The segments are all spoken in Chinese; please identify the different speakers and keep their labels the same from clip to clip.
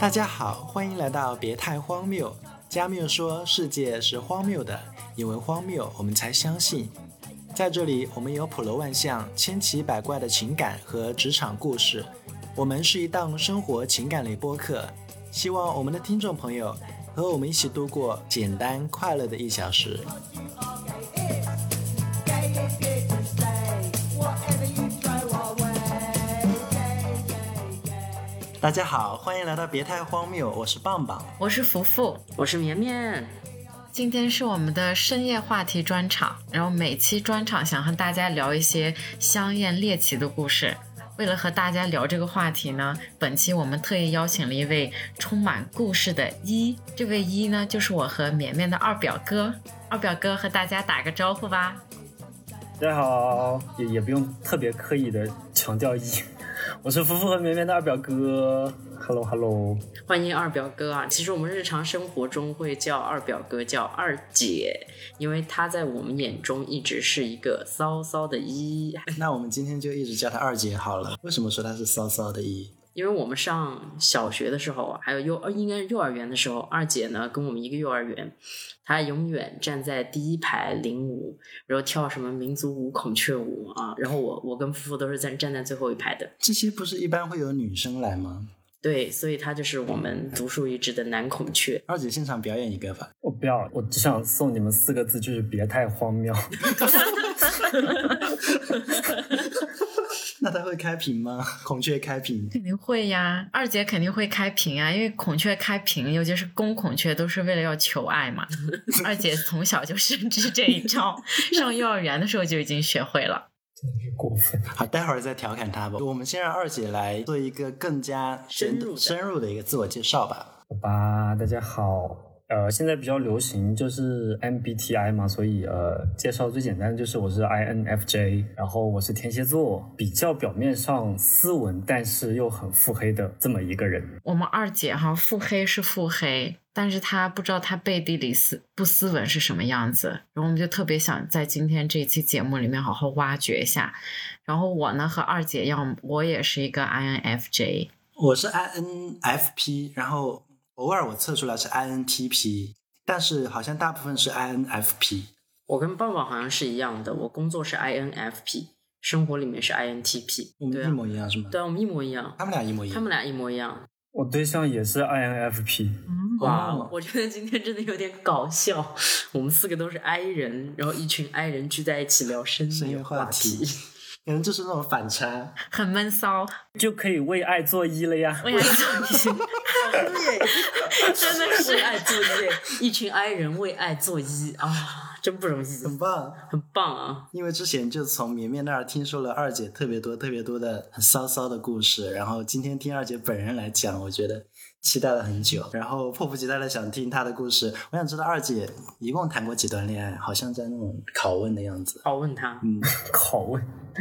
Speaker 1: 大家好，欢迎来到别太荒谬。加缪说：“世界是荒谬的，因为荒谬，我们才相信。”在这里，我们有普罗万象、千奇百怪的情感和职场故事。我们是一档生活情感类播客，希望我们的听众朋友和我们一起度过简单快乐的一小时。大家好，欢迎来到别太荒谬，我是棒棒。
Speaker 2: 我是福福，
Speaker 3: 我是绵绵，
Speaker 2: 今天是我们的深夜话题专场，然后每期专场想和大家聊一些香艳猎奇的故事。为了和大家聊这个话题呢，本期我们特意邀请了一位充满故事的一，这位一呢就是我和绵绵的二表哥。二表哥和大家打个招呼吧。
Speaker 4: 大家好，也也不用特别刻意的强调一， 我是福福和绵绵的二表哥，Hello Hello，
Speaker 3: 欢迎二表哥啊！其实我们日常生活中会叫二表哥叫二姐，因为他在我们眼中一直是一个骚骚的一，
Speaker 1: 那我们今天就一直叫她二姐好了。为什么说她是骚骚的一？
Speaker 3: 因为我们上小学的时候啊，还有幼呃应该是幼儿园的时候，二姐呢跟我们一个幼儿园，她永远站在第一排领舞，然后跳什么民族舞、孔雀舞啊，然后我我跟夫妇都是站站在最后一排的，
Speaker 1: 这些不是一般会有女生来吗？
Speaker 3: 对，所以她就是我们独树一帜的男孔雀。
Speaker 1: 二姐现场表演一个吧。
Speaker 4: 我不要，我只想送你们四个字，就是别太荒谬。
Speaker 1: 那她会开屏吗？ 孔雀开屏。
Speaker 2: 肯定会呀，二姐肯定会开屏啊，因为孔雀开屏，尤其是公孔雀，都是为了要求爱 嘛。二姐从小就深知这一招，上幼儿园的时候就已经学会了。
Speaker 4: 真的是过分，
Speaker 1: 好，待会儿再调侃她吧。我们先让二姐来做一个更加
Speaker 3: 深入的
Speaker 1: 深入的一个自我介绍吧。
Speaker 4: 好吧，大家好，呃，现在比较流行就是 MBTI 嘛，所以呃，介绍最简单的就是我是 INFJ，然后我是天蝎座，比较表面上斯文，但是又很腹黑的这么一个人。
Speaker 2: 我们二姐哈，腹黑是腹黑，但是她不知道她背地里斯不斯文是什么样子。然后我们就特别想在今天这一期节目里面好好挖掘一下。然后我呢和二姐一样，我也是一个 INFJ，
Speaker 1: 我是 INFP，然后偶尔我测出来是 INTP，但是好像大部分是 INFP。
Speaker 3: 我跟棒棒好像是一样的，我工作是 INFP，生活里面是 INTP，
Speaker 1: 我们
Speaker 3: 对
Speaker 1: 一
Speaker 3: 啊，
Speaker 1: 模一样是吗？
Speaker 3: 对啊，我们一模一样，
Speaker 1: 他们俩一模一样。
Speaker 3: 他们俩一模一样。
Speaker 4: 我对象也是 INFP，
Speaker 3: 哇
Speaker 1: 哦，
Speaker 3: 我觉得今天真的有点搞笑。我们四个都是 I 人，然后一群 I 人聚在一起聊深
Speaker 1: 深夜
Speaker 3: 夜
Speaker 1: 话
Speaker 3: 题
Speaker 1: 题。 可能就是那种反差。
Speaker 2: 很闷骚，
Speaker 4: 就可以为爱做一了呀。
Speaker 2: 为啥这么
Speaker 3: 对，
Speaker 2: 真的是
Speaker 3: 为爱作业，一群 I 人为爱作揖啊，真不容易，
Speaker 1: 很棒，
Speaker 3: 很棒啊！
Speaker 1: 因为之前就从绵绵那儿听说了二姐特别多、特别多的很骚骚的故事，然后今天听二姐本人来讲，我觉得期待了很久，然后迫不及待的想听她的故事。我想知道二姐一共谈过几段恋爱，好像在那种拷问的样子。
Speaker 3: 好，问他，
Speaker 1: 嗯，
Speaker 4: 拷问，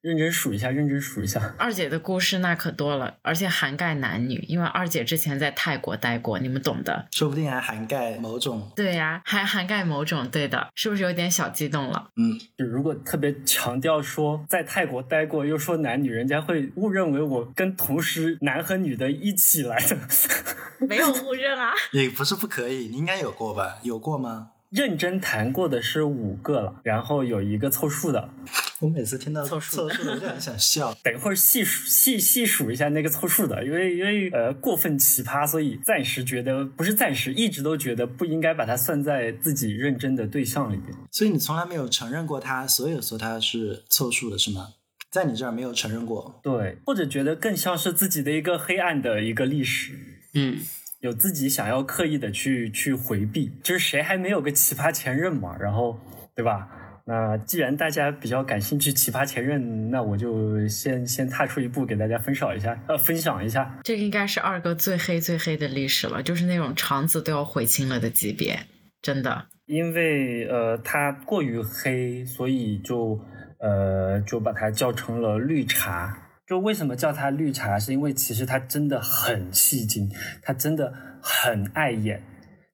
Speaker 4: 认真数一下，认真数一下。
Speaker 2: 二姐的故事那可多了，而且涵盖男女，因为二姐之前在泰国待过，你们懂的。
Speaker 1: 说不定还涵盖某种
Speaker 2: 对呀、还涵盖某种，对的，是不是有点小激动了？
Speaker 4: 就如果特别强调说在泰国待过，又说男女，人家会误认为我跟同时男和女的一起来的。
Speaker 2: 没有误认啊，
Speaker 1: 也不是不可以，你应该有过吧？有过吗？
Speaker 4: 认真谈过的是五个了，然后有一个凑数的。
Speaker 1: 我每次听到
Speaker 3: 凑数
Speaker 1: 数的，我就很想笑。
Speaker 4: 等一会儿细数细细数一下那个凑数的，因为因为呃过分奇葩，所以暂时觉得不是暂时，一直都觉得不应该把它算在自己认真的对象里边。
Speaker 1: 所以你从来没有承认过她，所有说她是凑数的是吗？在你这儿没有承认过，
Speaker 4: 对，或者觉得更像是自己的一个黑暗的一个历史。
Speaker 3: 嗯，
Speaker 4: 有自己想要刻意的去去回避，就是谁还没有个奇葩前任嘛？然后，对吧？那既然大家比较感兴趣奇葩前任，那我就先先踏出一步给大家分享一下，呃，分享一下。
Speaker 2: 这个应该是二哥最黑最黑的历史了，就是那种肠子都要悔青了的级别，真的。
Speaker 4: 因为呃，它过于黑，所以就呃就把它叫成了绿茶。就为什么叫它绿茶，是因为其实它真的很戏精，它真的很碍眼。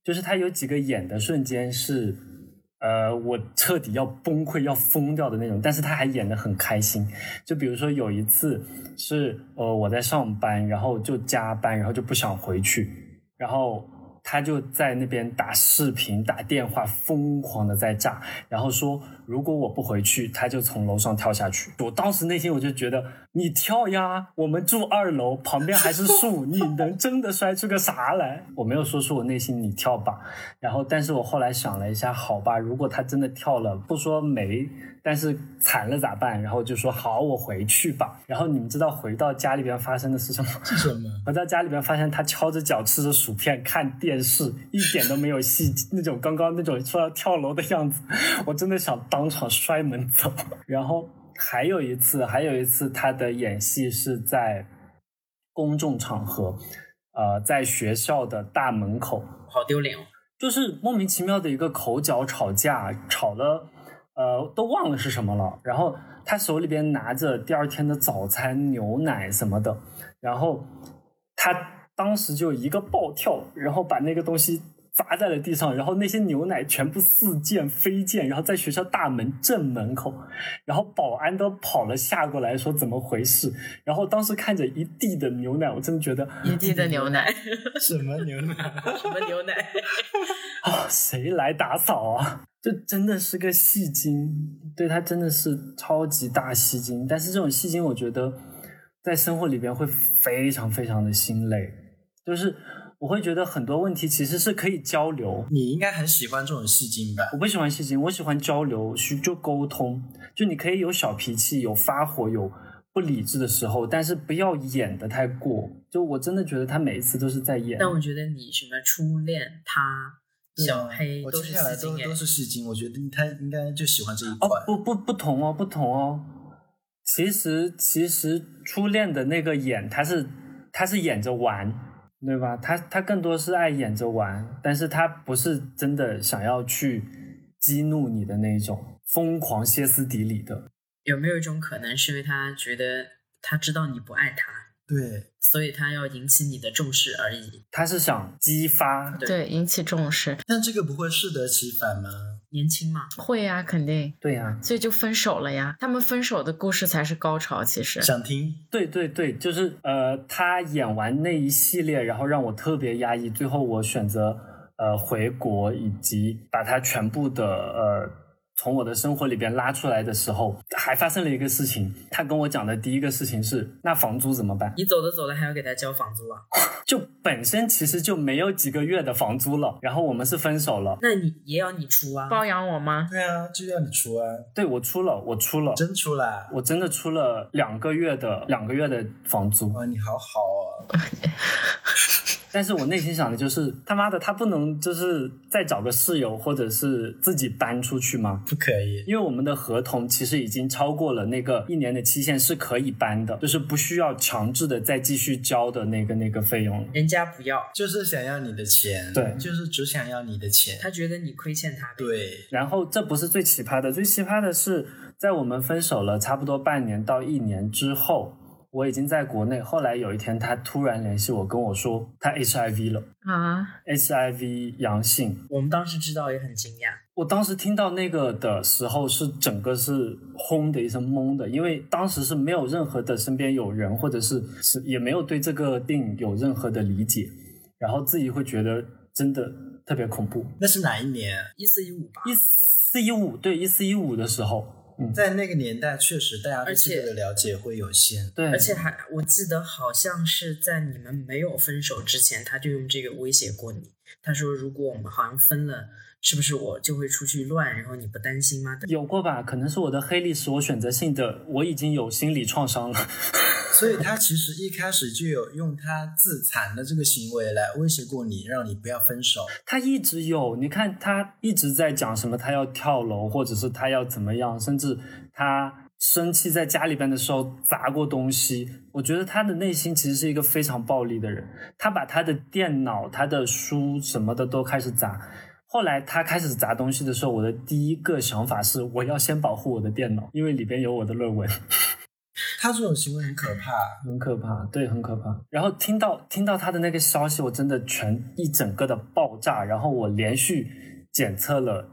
Speaker 4: 就是它有几个演的瞬间是呃，我彻底要崩溃、要疯掉的那种，但是他还演得很开心。就比如说有一次是，呃，我在上班，然后就加班，然后就不想回去，然后他就在那边打视频、打电话，疯狂的在炸，然后说如果我不回去，他就从楼上跳下去。我当时内心我就觉得，你跳呀，我们住二楼，旁边还是树，你能真的摔出个啥来？我没有说出我内心，你跳吧。然后，但是我后来想了一下，好吧，如果他真的跳了，不说没，但是惨了咋办？然后就说好，我回去吧。然后你们知道回到家里边发生的是什么？
Speaker 1: 是什么？
Speaker 4: 回到家里边发现他敲着脚吃着薯片看电视，一点都没有戏 那种刚刚那种说要跳楼的样子，我真的想当场摔门走。 然后还有一次，还有一次他的演戏是在公众场合，呃，在学校的大门口。
Speaker 3: 好丢脸哦！
Speaker 4: 就是莫名其妙的一个口角吵架，吵了，呃，都忘了是什么了。然后他手里边拿着第二天的早餐、牛奶什么的，然后他当时就一个暴跳，然后把那个东西砸在了地上，然后那些牛奶全部四溅飞溅，然后在学校大门正门口，然后保安都跑了下过来说怎么回事。然后当时看着一地的牛奶，我真的觉得
Speaker 2: 一地的牛奶，
Speaker 1: 什么牛奶？
Speaker 3: 什么 牛奶？
Speaker 4: 啊， 谁来打扫啊？ 这真的是个戏精，对他真的是超级大戏精。但是这种戏精，我觉得在生活里边会非常非常的心累，就是我会觉得很多问题其实是可以交流。
Speaker 1: 你应该很喜欢这种戏精吧？
Speaker 4: 我不喜欢戏精，我喜欢交流，需就沟通，就你可以有小脾气，有发火，有不理智的时候，但是不要演的太过。就我真的觉得他每一次都是在演。
Speaker 3: 但我觉得你什么初恋、他、小黑
Speaker 1: 嗯我
Speaker 3: 都
Speaker 1: 接
Speaker 3: 是
Speaker 1: 下来
Speaker 3: 戏
Speaker 1: 都
Speaker 3: 精
Speaker 1: 都
Speaker 3: 哎。
Speaker 1: 是戏精，我觉得他应该就喜欢这一
Speaker 4: 哦
Speaker 1: 款。，
Speaker 4: 不不不同哦，不同哦。其实其实初恋的那个演，他是他是演着玩，对吧？他他更多是爱演着玩，但是他不是真的想要去激怒你的那一种疯狂歇斯底里的。
Speaker 3: 有没有一种可能是因为他觉得他知道你不爱他，
Speaker 1: 对，
Speaker 3: 所以他要引起你的重视而已？
Speaker 4: 他是想激发，
Speaker 3: 对
Speaker 2: 对，引起重视，
Speaker 1: 但这个不会适得其反吗？
Speaker 3: 年轻嘛，
Speaker 2: 会呀、肯定，
Speaker 4: 对呀、
Speaker 2: 所以就分手了呀。他们分手的故事才是高潮，其实。
Speaker 1: 想听？
Speaker 4: 对对对，就是呃，他演完那一系列，然后让我特别压抑，最后我选择呃回国，以及把他全部的呃从我的生活里边拉出来的时候，还发生了一个事情。他跟我讲的第一个事情是，那房租怎么办？
Speaker 3: 你走着走着还要给他交房租啊？
Speaker 4: 就本身其实就没有几个月的房租了，然后我们是分手了，
Speaker 3: 那你也要你出啊？
Speaker 2: 包养我吗？
Speaker 1: 对啊，就要你出啊，
Speaker 4: 对我出了，我出了，
Speaker 1: 真出啦！
Speaker 4: 我真的出了两个月的两个月的房租。
Speaker 1: 哇，你好好哦，
Speaker 4: 但是我内心想的就是，他妈的，他不能就是再找个室友，或者是自己搬出去吗？
Speaker 1: 不可以。
Speaker 4: 因为我们的合同其实已经超过了那个一年的期限，是可以搬的，就是不需要强制的再继续交的那个那个费用了。
Speaker 3: 人家不要，
Speaker 1: 就是想要你的钱，
Speaker 4: 对
Speaker 1: 就是只想要你的钱，
Speaker 3: 他觉得你亏欠他呗。
Speaker 1: 对，
Speaker 4: 然后这不是最奇葩的，最奇葩的是在我们分手了差不多半年到一年之后，我已经在国内。后来有一天，他突然联系我，跟我说他 HIV 了
Speaker 2: 啊，
Speaker 4: ，HIV 阳性，
Speaker 3: 我们当时知道也很惊讶，
Speaker 4: 我当时听到那个的时候，是整个是轰的一声懵的，因为当时是没有任何的身边有人，或者是是也没有对这个电影有任何的理解，然后自己会觉得真的特别恐怖。
Speaker 1: 那是哪一年？啊
Speaker 3: 一四一五吧。
Speaker 4: 一四一五对一四一五的时候，嗯，
Speaker 1: 在那个年代，确实大家对
Speaker 3: 而且
Speaker 1: 这个的了解会有限。
Speaker 4: 对，
Speaker 3: 而且还，我记得好像是在你们没有分手之前，他就用这个威胁过你。他说，如果我们好像分了，是不是我就会出去乱？然后你不担心吗？
Speaker 4: 有过吧？可能是我的黑历史，我选择性的，我已经有心理创伤了。
Speaker 1: 所以他其实一开始就有用他自残的这个行为来威胁过你，让你不要分手。
Speaker 4: 他一直有，你看他一直在讲什么，他要跳楼，或者是他要怎么样，甚至他生气在家里边的时候砸过东西。我觉得他的内心其实是一个非常暴力的人，他把他的电脑、他的书什么的都开始砸。后来他开始砸东西的时候，我的第一个想法是，我要先保护我的电脑，因为里边有我的论文。
Speaker 1: 他这种行为很可怕，
Speaker 4: 很可怕，对，很可怕。然后听到听到他的那个消息，我真的全一整个的爆炸。然后我连续检测了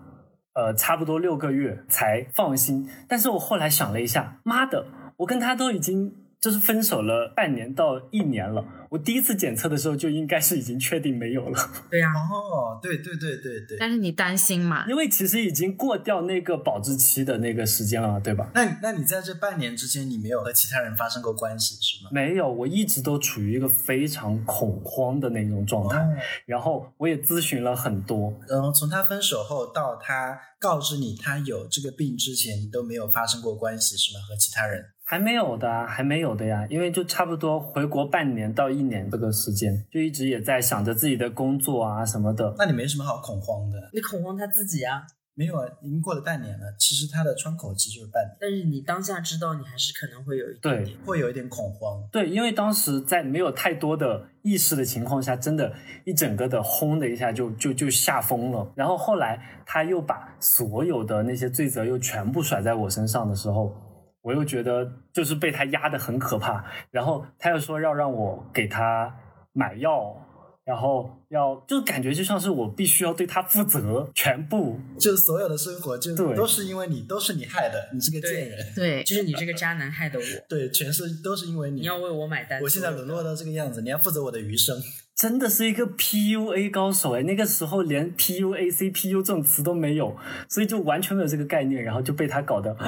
Speaker 4: 呃，差不多六个月才放心。但是我后来想了一下，妈的，我跟他都已经就是分手了半年到一年了，我第一次检测的时候就应该是已经确定没有了，
Speaker 2: 对呀、
Speaker 1: 哦，对对对对对。
Speaker 2: 但是你担心嘛？
Speaker 4: 因为其实已经过掉那个保质期的那个时间了，对吧？
Speaker 1: 那你那你在这半年之间，你没有和其他人发生过关系是吗？
Speaker 4: 没有，我一直都处于一个非常恐慌的那种
Speaker 1: 哦
Speaker 4: 状态，然后我也咨询了很多，
Speaker 1: 然后嗯呃从他分手后到他告知你他有这个病之前，你都没有发生过关系是吗？和其他人？
Speaker 4: 还没有的啊，还没有的呀，因为就差不多回国半年到一年这个时间，就一直也在想着自己的工作啊什么的。
Speaker 1: 那你没什么好恐慌的。
Speaker 3: 你恐慌他自己啊，
Speaker 1: 没有啊，已经过了半年了。其实他的窗口期就是半年，
Speaker 3: 但是你当下知道，你还是可能会有一点
Speaker 4: 对
Speaker 3: 点。
Speaker 1: 会有一点恐慌。
Speaker 4: 对，因为当时在没有太多的意识的情况下，真的，一整个的轰的一下就就就吓疯了。然后后来他又把所有的那些罪责又全部甩在我身上的时候，我又觉得就是被他压得很可怕。然后他又说要让我给他买药，然后要就感觉就像是我必须要对他负责全部。
Speaker 1: 就所有的生活就
Speaker 4: 对
Speaker 1: 都是因为你，都是你害的，你是个
Speaker 3: 对
Speaker 1: 贱人。
Speaker 2: 对，
Speaker 3: 就是你这个渣男害的我，
Speaker 1: 对，全是都是因为你。
Speaker 3: 你要为我买单。
Speaker 1: 我现在沦落到这个样子，你要负责我的余生。
Speaker 4: 真的是一个 PUA 高手哎，那个时候连 PUA、CPU 这种词都没有，所以就完全没有这个概念，然后就被他搞得、 啊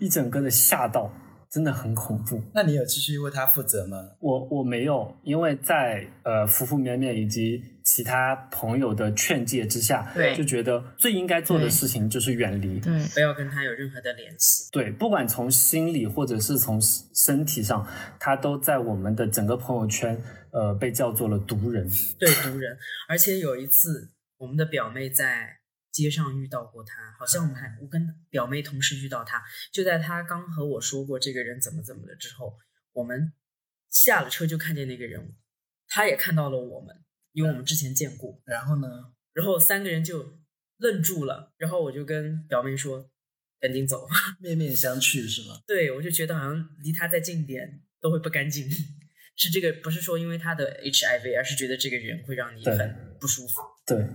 Speaker 4: 一整个的吓到，真的很恐怖。
Speaker 1: 那你有继续为他负责吗？
Speaker 4: 我我没有，因为在呃浮浮绵绵以及其他朋友的劝诫之下，
Speaker 3: 对
Speaker 4: 就觉得最应该做的事情就是远离。
Speaker 2: 对，
Speaker 3: 不要跟他有任何的联系。
Speaker 4: 对，不管从心理或者是从身体上，他都在我们的整个朋友圈，呃，被叫做了毒人。
Speaker 3: 对，毒人。而且有一次，我们的表妹在街上遇到过他，好像我们还我跟表妹同时遇到他，就在他刚和我说过这个人怎么怎么了之后，我们下了车就看见那个人，他也看到了我们，因为我们之前见过。
Speaker 1: 然后呢？
Speaker 3: 然后三个人就愣住了，然后我就跟表妹说赶紧走，
Speaker 1: 面面相觑是吗？
Speaker 3: 对我就觉得好像离他再近点都会不干净。 是这个，不是说因为他的 HIV，而是觉得这个人会让你
Speaker 4: 对
Speaker 3: 很不舒服。
Speaker 4: 对，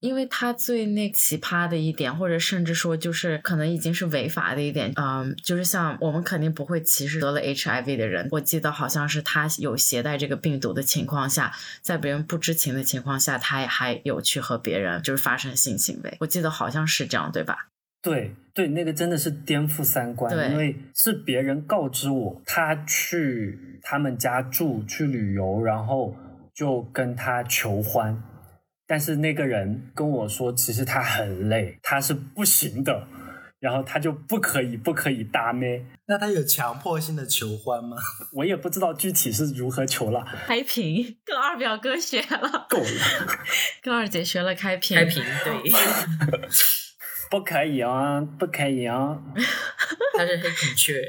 Speaker 2: 因为他最那奇葩的一点，或者甚至说就是可能已经是违法的一点，嗯，就是像我们肯定不会歧视得了 HIV 的人。我记得好像是他有携带这个病毒的情况下，在别人不知情的情况下，他还有去和别人就是发生性行为。我记得好像是这样，对 吧？
Speaker 4: 对对，那个真的是颠覆三观，
Speaker 2: 对
Speaker 4: 因为是别人告知我他去他们家住去旅游，然后就跟他求欢，但是那个人跟我说，其实他很累，他是不行的，然后他就不可以不可以搭妹，
Speaker 1: 那他有强迫性的求欢吗？
Speaker 4: 我也不知道具体是如何求了，
Speaker 2: 开屏跟二表哥学了，
Speaker 4: 够了，
Speaker 2: 跟二姐学了开屏。
Speaker 3: 开屏，对，
Speaker 4: 不可以啊，不可以啊，
Speaker 3: 他是黑孔 雀，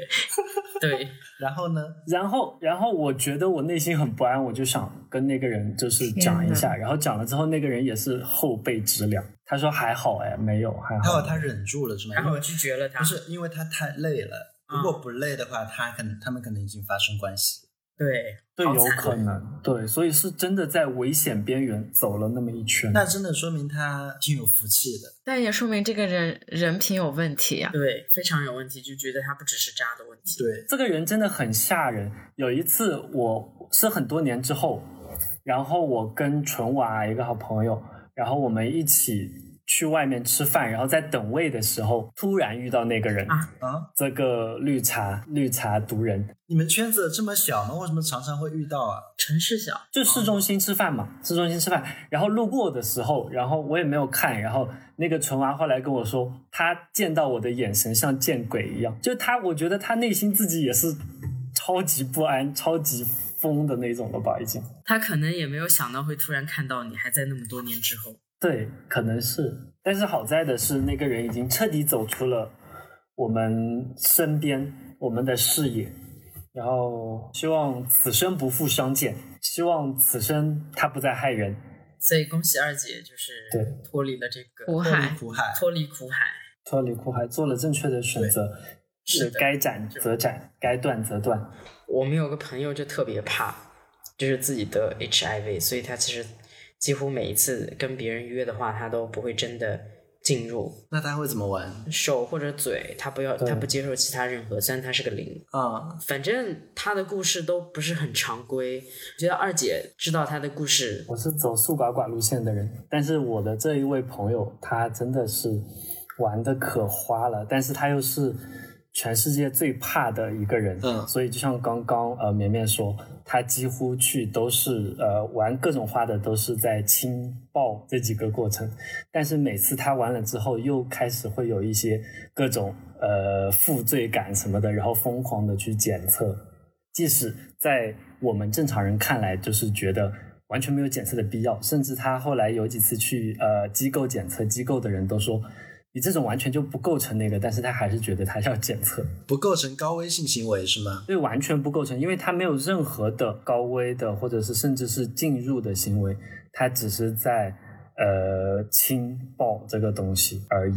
Speaker 3: 对，
Speaker 1: 然后呢？
Speaker 4: 然后，然后我觉得我内心很不安，我就想跟那个人就是讲一下，然后讲了之后，那个人也是后背直凉，他说还好哎，没有，还
Speaker 1: 还
Speaker 4: 好。
Speaker 1: 哦有他忍住了是吗？
Speaker 3: 然
Speaker 1: 因
Speaker 3: 后
Speaker 1: 为
Speaker 3: 我拒绝了他，
Speaker 1: 不是因为他太累了。
Speaker 3: 嗯
Speaker 1: 如果不累的话，他可能他们可能已经发生关系。
Speaker 3: 对，
Speaker 4: 对，
Speaker 3: 好
Speaker 4: 有
Speaker 3: 惨
Speaker 4: 可能，对，所以是真的在危险边缘走了那么一圈。
Speaker 1: 那真的说明他挺有福气的。
Speaker 2: 但也说明这个人人品有问题呀、
Speaker 3: 对，非常有问题，就觉得他不只是渣的问题，
Speaker 1: 对，
Speaker 4: 这个人真的很吓人。有一次我是很多年之后，然后我跟纯娃一个好朋友，然后我们一起去外面吃饭，然后在等位的时候，突然遇到那个人，
Speaker 3: 啊
Speaker 1: 啊，
Speaker 4: 这个绿茶绿茶毒人。
Speaker 1: 你们圈子这么小吗？为什么常常会遇到啊？
Speaker 3: 城市小，
Speaker 4: 就市中心吃饭嘛，市中心吃饭，然后路过的时候，然后我也没有看，然后那个纯娃后来跟我说，他见到我的眼神像见鬼一样，就他，我觉得他内心自己也是超级不安、超级疯的那种了吧，已经。
Speaker 3: 他可能也没有想到会突然看到你，还在那么多年之后，
Speaker 4: 对，可能是，但是好在的是，那个人已经彻底走出了我们身边、我们的视野，然后希望此生不复相见，希望此生他不再害人。
Speaker 3: 所以恭喜二姐，就是
Speaker 4: 对
Speaker 3: 脱离了这个
Speaker 2: 苦
Speaker 1: 脱离
Speaker 2: 海。
Speaker 1: 苦海。
Speaker 3: 脱离苦海，
Speaker 4: 脱离苦海，做了正确的选择，
Speaker 3: 是的
Speaker 4: 该斩则斩，该断则断。
Speaker 3: 我们有个朋友就特别怕，就是自己得 HIV，所以他其实几乎每一次跟别人约的话，他都不会真的进入
Speaker 1: 那他会怎么玩？
Speaker 3: 手或者嘴，他不要，
Speaker 4: 对
Speaker 3: 他不接受其他任何，虽然他是个零。
Speaker 1: 嗯，
Speaker 3: 反正他的故事都不是很常规，我觉得二姐知道他的故事，
Speaker 4: 我是走速八卦路线的人，但是我的这一位朋友，他真的是玩的可花了，但是他又是全世界最怕的一个人，
Speaker 1: 嗯
Speaker 4: 所以就像刚刚呃绵绵说，他几乎去都是呃玩各种花的，都是在亲抱这几个过程，但是每次他玩了之后，又开始会有一些各种呃负罪感什么的，然后疯狂的去检测，即使在我们正常人看来，就是觉得完全没有检测的必要，甚至他后来有几次去呃机构检测，机构的人都说你这种完全就不构成那个，但是他还是觉得他要检测，
Speaker 1: 不构成高危性行为是吗？
Speaker 4: 所以完全不构成，因为他没有任何的高危的或者是甚至是进入的行为，他只是在呃轻抱这个东西而已。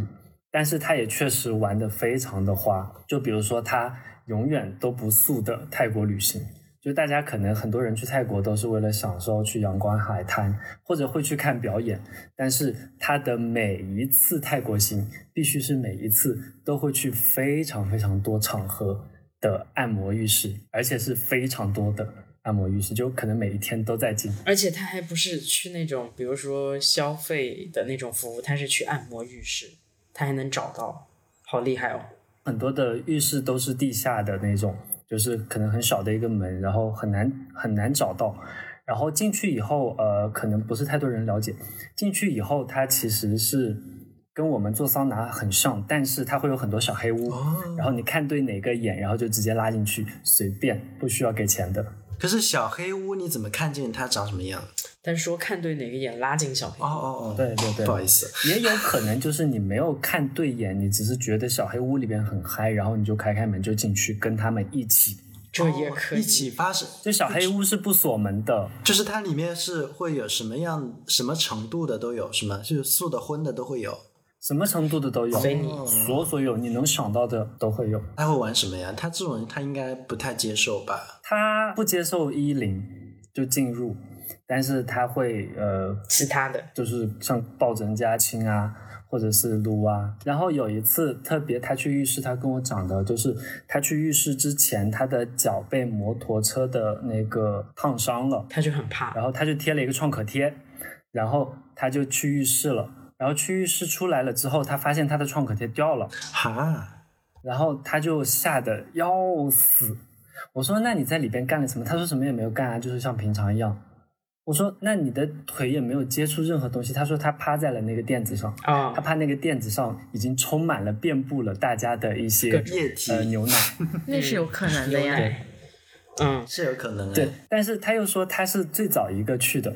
Speaker 4: 但是他也确实玩的非常的花，就比如说他永远都不宿的泰国旅行，就大家可能很多人去泰国都是为了享受去阳光海滩，或者会去看表演，但是他的每一次泰国行必须是每一次都会去非常非常多场合的按摩浴室，而且是非常多的按摩浴室，就可能每一天都在进。
Speaker 3: 而且他还不是去那种比如说消费的那种服务，他是去按摩浴室，他还能找到，好厉害哦！
Speaker 4: 很多的浴室都是地下的那种，就是可能很小的一个门，然后很难很难找到。然后进去以后，呃，可能不是太多人了解。进去以后，它其实是跟我们做桑拿很像，但是它会有很多小黑屋，
Speaker 1: 哦，
Speaker 4: 然后你看对哪个眼，然后就直接拉进去，随便不需要给钱的。
Speaker 1: 可是小黑屋你怎么看见它长什么样？
Speaker 3: 但是说看对哪个眼拉进小黑
Speaker 1: 哦哦哦，
Speaker 4: 对对对
Speaker 1: 不好意思，
Speaker 4: 也有可能就是你没有看对眼，你只是觉得小黑屋里边很嗨，然后你就开开门就进去跟他们一起。
Speaker 3: 这也可以。
Speaker 1: 哦一起发生，
Speaker 4: 就小黑屋是不锁门的，
Speaker 1: 就是它里面是会有什么样、什么程度的都有，是吗？就是素的、荤的都会有。
Speaker 4: 什么程度的都有，
Speaker 3: 所以你
Speaker 4: 所所有你能想到的都会有。
Speaker 1: 他会玩什么呀？他这种人他应该不太接受吧？
Speaker 4: 他不接受一零就进入，但是他会呃，
Speaker 3: 其他的
Speaker 4: 就是像抱着人家亲啊，或者是撸啊。然后有一次特别，他去浴室，他跟我讲的就是他去浴室之前，他的脚被摩托车的那个烫伤了，
Speaker 3: 他就很怕，
Speaker 1: 啊
Speaker 4: 然后他就贴了一个创可贴，然后他就去浴室了。然后去浴室出来了之后，他发现他的创可贴掉了。
Speaker 1: 哈，
Speaker 4: 然后他就吓得要死。我说：“那你在里边干了什么？”他说：“什么也没有干啊，就是像平常一样。”我说：“那你的腿也没有接触任何东西。”他说：“他趴在了那个垫子上，
Speaker 3: 啊、
Speaker 4: 他趴那个垫子上已经充满了遍布了大家的一
Speaker 3: 各
Speaker 4: 些
Speaker 3: 种
Speaker 1: 液体、
Speaker 4: 呃牛奶。
Speaker 3: 嗯
Speaker 2: 那是有可能的
Speaker 3: 牛
Speaker 2: 呀。
Speaker 3: 奶，嗯，
Speaker 1: 是有可能
Speaker 4: 对
Speaker 1: 哎，，
Speaker 4: 但是他又说他是最早一个去的，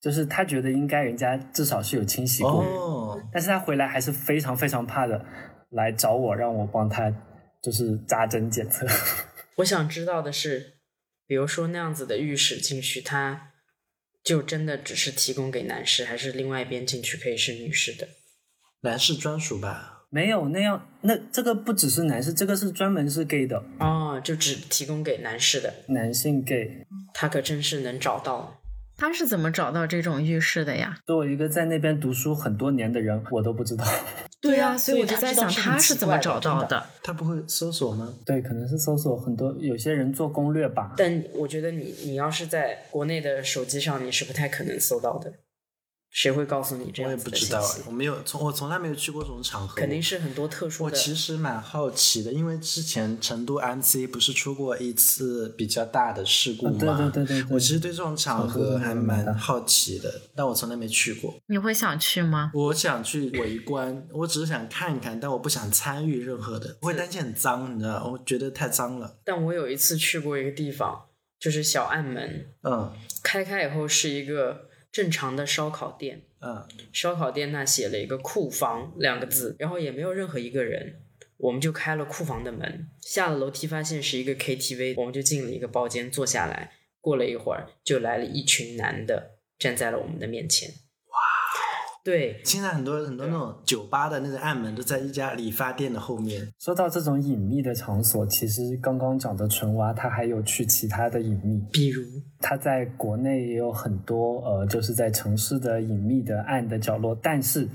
Speaker 4: 就是他觉得应该人家至少是有清洗过。
Speaker 1: 哦，
Speaker 4: 但是他回来还是非常非常怕的，来找我让我帮他就是扎针检测。”
Speaker 3: 我想知道的是，比如说那样子的浴室进去，它就真的只是提供给男士，还是另外一边进去可以是女士的？
Speaker 1: 男士专属吧？
Speaker 4: 没有那样，那这个不只是男士，这个是专门是 gay 的
Speaker 3: 哦，就只提供给男士的，
Speaker 4: 男性 gay。
Speaker 3: 他可真是能找到。
Speaker 2: 他是怎么找到这种浴室的呀？
Speaker 4: 作为一个在那边读书很多年的人，我都不知道。
Speaker 2: 对啊
Speaker 3: 呀、
Speaker 2: 所以我就在想他是怎么找到
Speaker 3: 的。
Speaker 2: 的。
Speaker 1: 他不会搜索吗？
Speaker 4: 对，可能是搜索很多，有些人做攻略吧。
Speaker 3: 但我觉得你，你要是在国内的手机上，你是不太可能搜到的。谁会告诉你这
Speaker 1: 我也
Speaker 3: 样
Speaker 1: 不
Speaker 3: 子的
Speaker 1: 知
Speaker 3: 信
Speaker 1: 道
Speaker 3: 息
Speaker 1: 哎，？我没有从我从来没有去过这种场合，
Speaker 3: 肯定。是很多特殊
Speaker 1: 我
Speaker 3: 的。
Speaker 1: 其实蛮好奇的，因为之前成都 MC 不是出过一次比较大的事故
Speaker 4: 啊
Speaker 1: 吗？
Speaker 4: 对对对对对
Speaker 1: 我其实对这种场合还蛮
Speaker 4: 嗯
Speaker 1: 好奇的，但我从来没去过。
Speaker 2: 你会想去吗？
Speaker 1: 我想去围观，我只是想看一看，但我不想参与任何的。我会担心很脏，你知道，我觉得太脏了。
Speaker 3: 但我有一次去过一个地方，就是小暗门，
Speaker 1: 嗯
Speaker 3: 开开以后是一个正常的烧烤店，
Speaker 1: 嗯，
Speaker 3: 烧烤店那写了一个“库房”两个字，然后也没有任何一个人，我们就开了库房的门，下了楼梯发现是一个 KTV，我们就进了一个包间坐下来，过了一会儿就来了一群男的站在了我们的面前，哇，对，
Speaker 1: 现在很多很多那种酒吧的那个暗门都在一家理发店的后面。
Speaker 4: 说到这种隐秘的场所，其实刚刚讲的纯娃他还有去其他的隐秘，
Speaker 3: 比如
Speaker 4: 他在国内也有很多呃，就是在城市的隐秘的暗的角落，但是。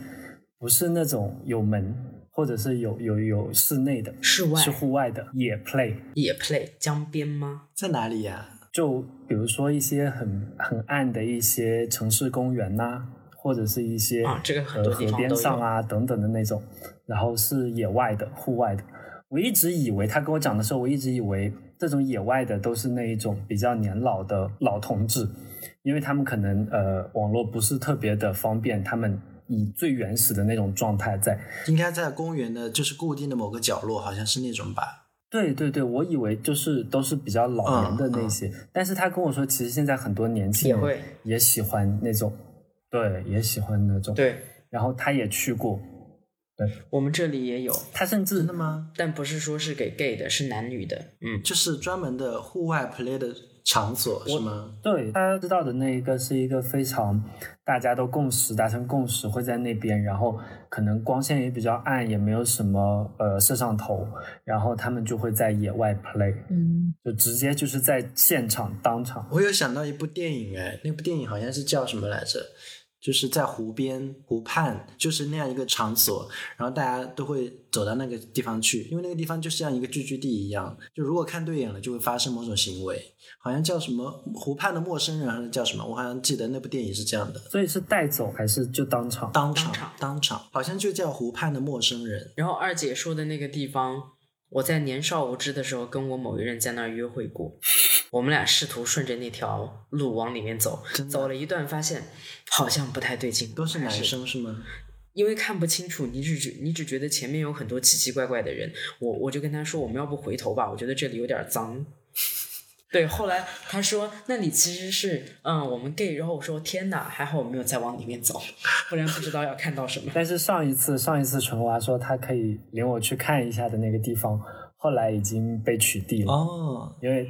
Speaker 4: 不是那种有门或者是有有有室内的，
Speaker 3: 室外
Speaker 4: 是户外的野 play。
Speaker 3: 野 play 江边吗？
Speaker 1: 在哪里呀、
Speaker 4: 就比如说一些很很暗的一些城市公园呐、或者是一些
Speaker 3: 啊这个很
Speaker 4: 呃
Speaker 3: 多地
Speaker 4: 河
Speaker 3: 方
Speaker 4: 边
Speaker 3: 都
Speaker 4: 上
Speaker 3: 有
Speaker 4: 啊等等的那种，然后是野外的、户外的。我一直以为他跟我讲的时候，我一直以为这种野外的都是那一种比较年老的老同志，因为他们可能呃网络不是特别的方便，他们以最原始的那种状态在。
Speaker 1: 应该在公园的，就是固定的某个角落，好像是那种吧。
Speaker 4: 对对对，我以为就是都是比较老年的那些，但是他跟我说，其实现在很多年轻
Speaker 3: 嗯也
Speaker 4: 人
Speaker 3: 会
Speaker 4: 也喜欢那种，对，也喜欢那种。，
Speaker 3: 对，
Speaker 4: 然后他也去过，
Speaker 3: 我们这里也有，
Speaker 4: 他甚至
Speaker 1: 真的吗？
Speaker 3: 但不是说是给 gay 的，是男女的。嗯，
Speaker 1: 就是专门的户外 play 的场所是吗？
Speaker 4: 对他知道的那一个是一个非常大家都共识达成共识会在那边，然后可能光线也比较暗，也没有什么呃摄像头，然后他们就会在野外 play，
Speaker 2: 嗯，
Speaker 4: 就直接就是在现场当场。
Speaker 1: 我有想到一部电影，哎，那部电影好像是叫什么来着？就是在湖边、湖畔，就是那样一个场所，然后大家都会走到那个地方去，因为那个地方就像一个聚居地一样，就如果看对眼了，就会发生某种行为，好像叫什么湖畔的陌生人，还是叫什么？我好像记得那部电影是这样的，
Speaker 4: 所以是带走还是就当场？
Speaker 1: 当场
Speaker 3: 当场
Speaker 1: 当场，好像就叫湖畔的陌生人。
Speaker 3: 然后二姐说的那个地方，我在年少无知的时候跟我某一人在那儿约会过，我们俩试图顺着那条路往里面走
Speaker 1: 真，的
Speaker 3: 走了一段发现好像不太对劲，
Speaker 1: 都是
Speaker 3: 还
Speaker 1: 男生是吗？
Speaker 3: 因为看不清楚，你只觉你只觉得前面有很多奇奇怪怪的人，我我就跟他说，我们要不回头吧，我觉得这里有点脏。 对，后来他说，那里其实是嗯我们 gay，然后我说天哪，还好我没有再往里面走，不然不知道要看到什么。
Speaker 4: 但是上一次上一次纯娃说她可以领我去看一下的那个地方，后来已经被取缔了，
Speaker 1: 哦，
Speaker 4: 因为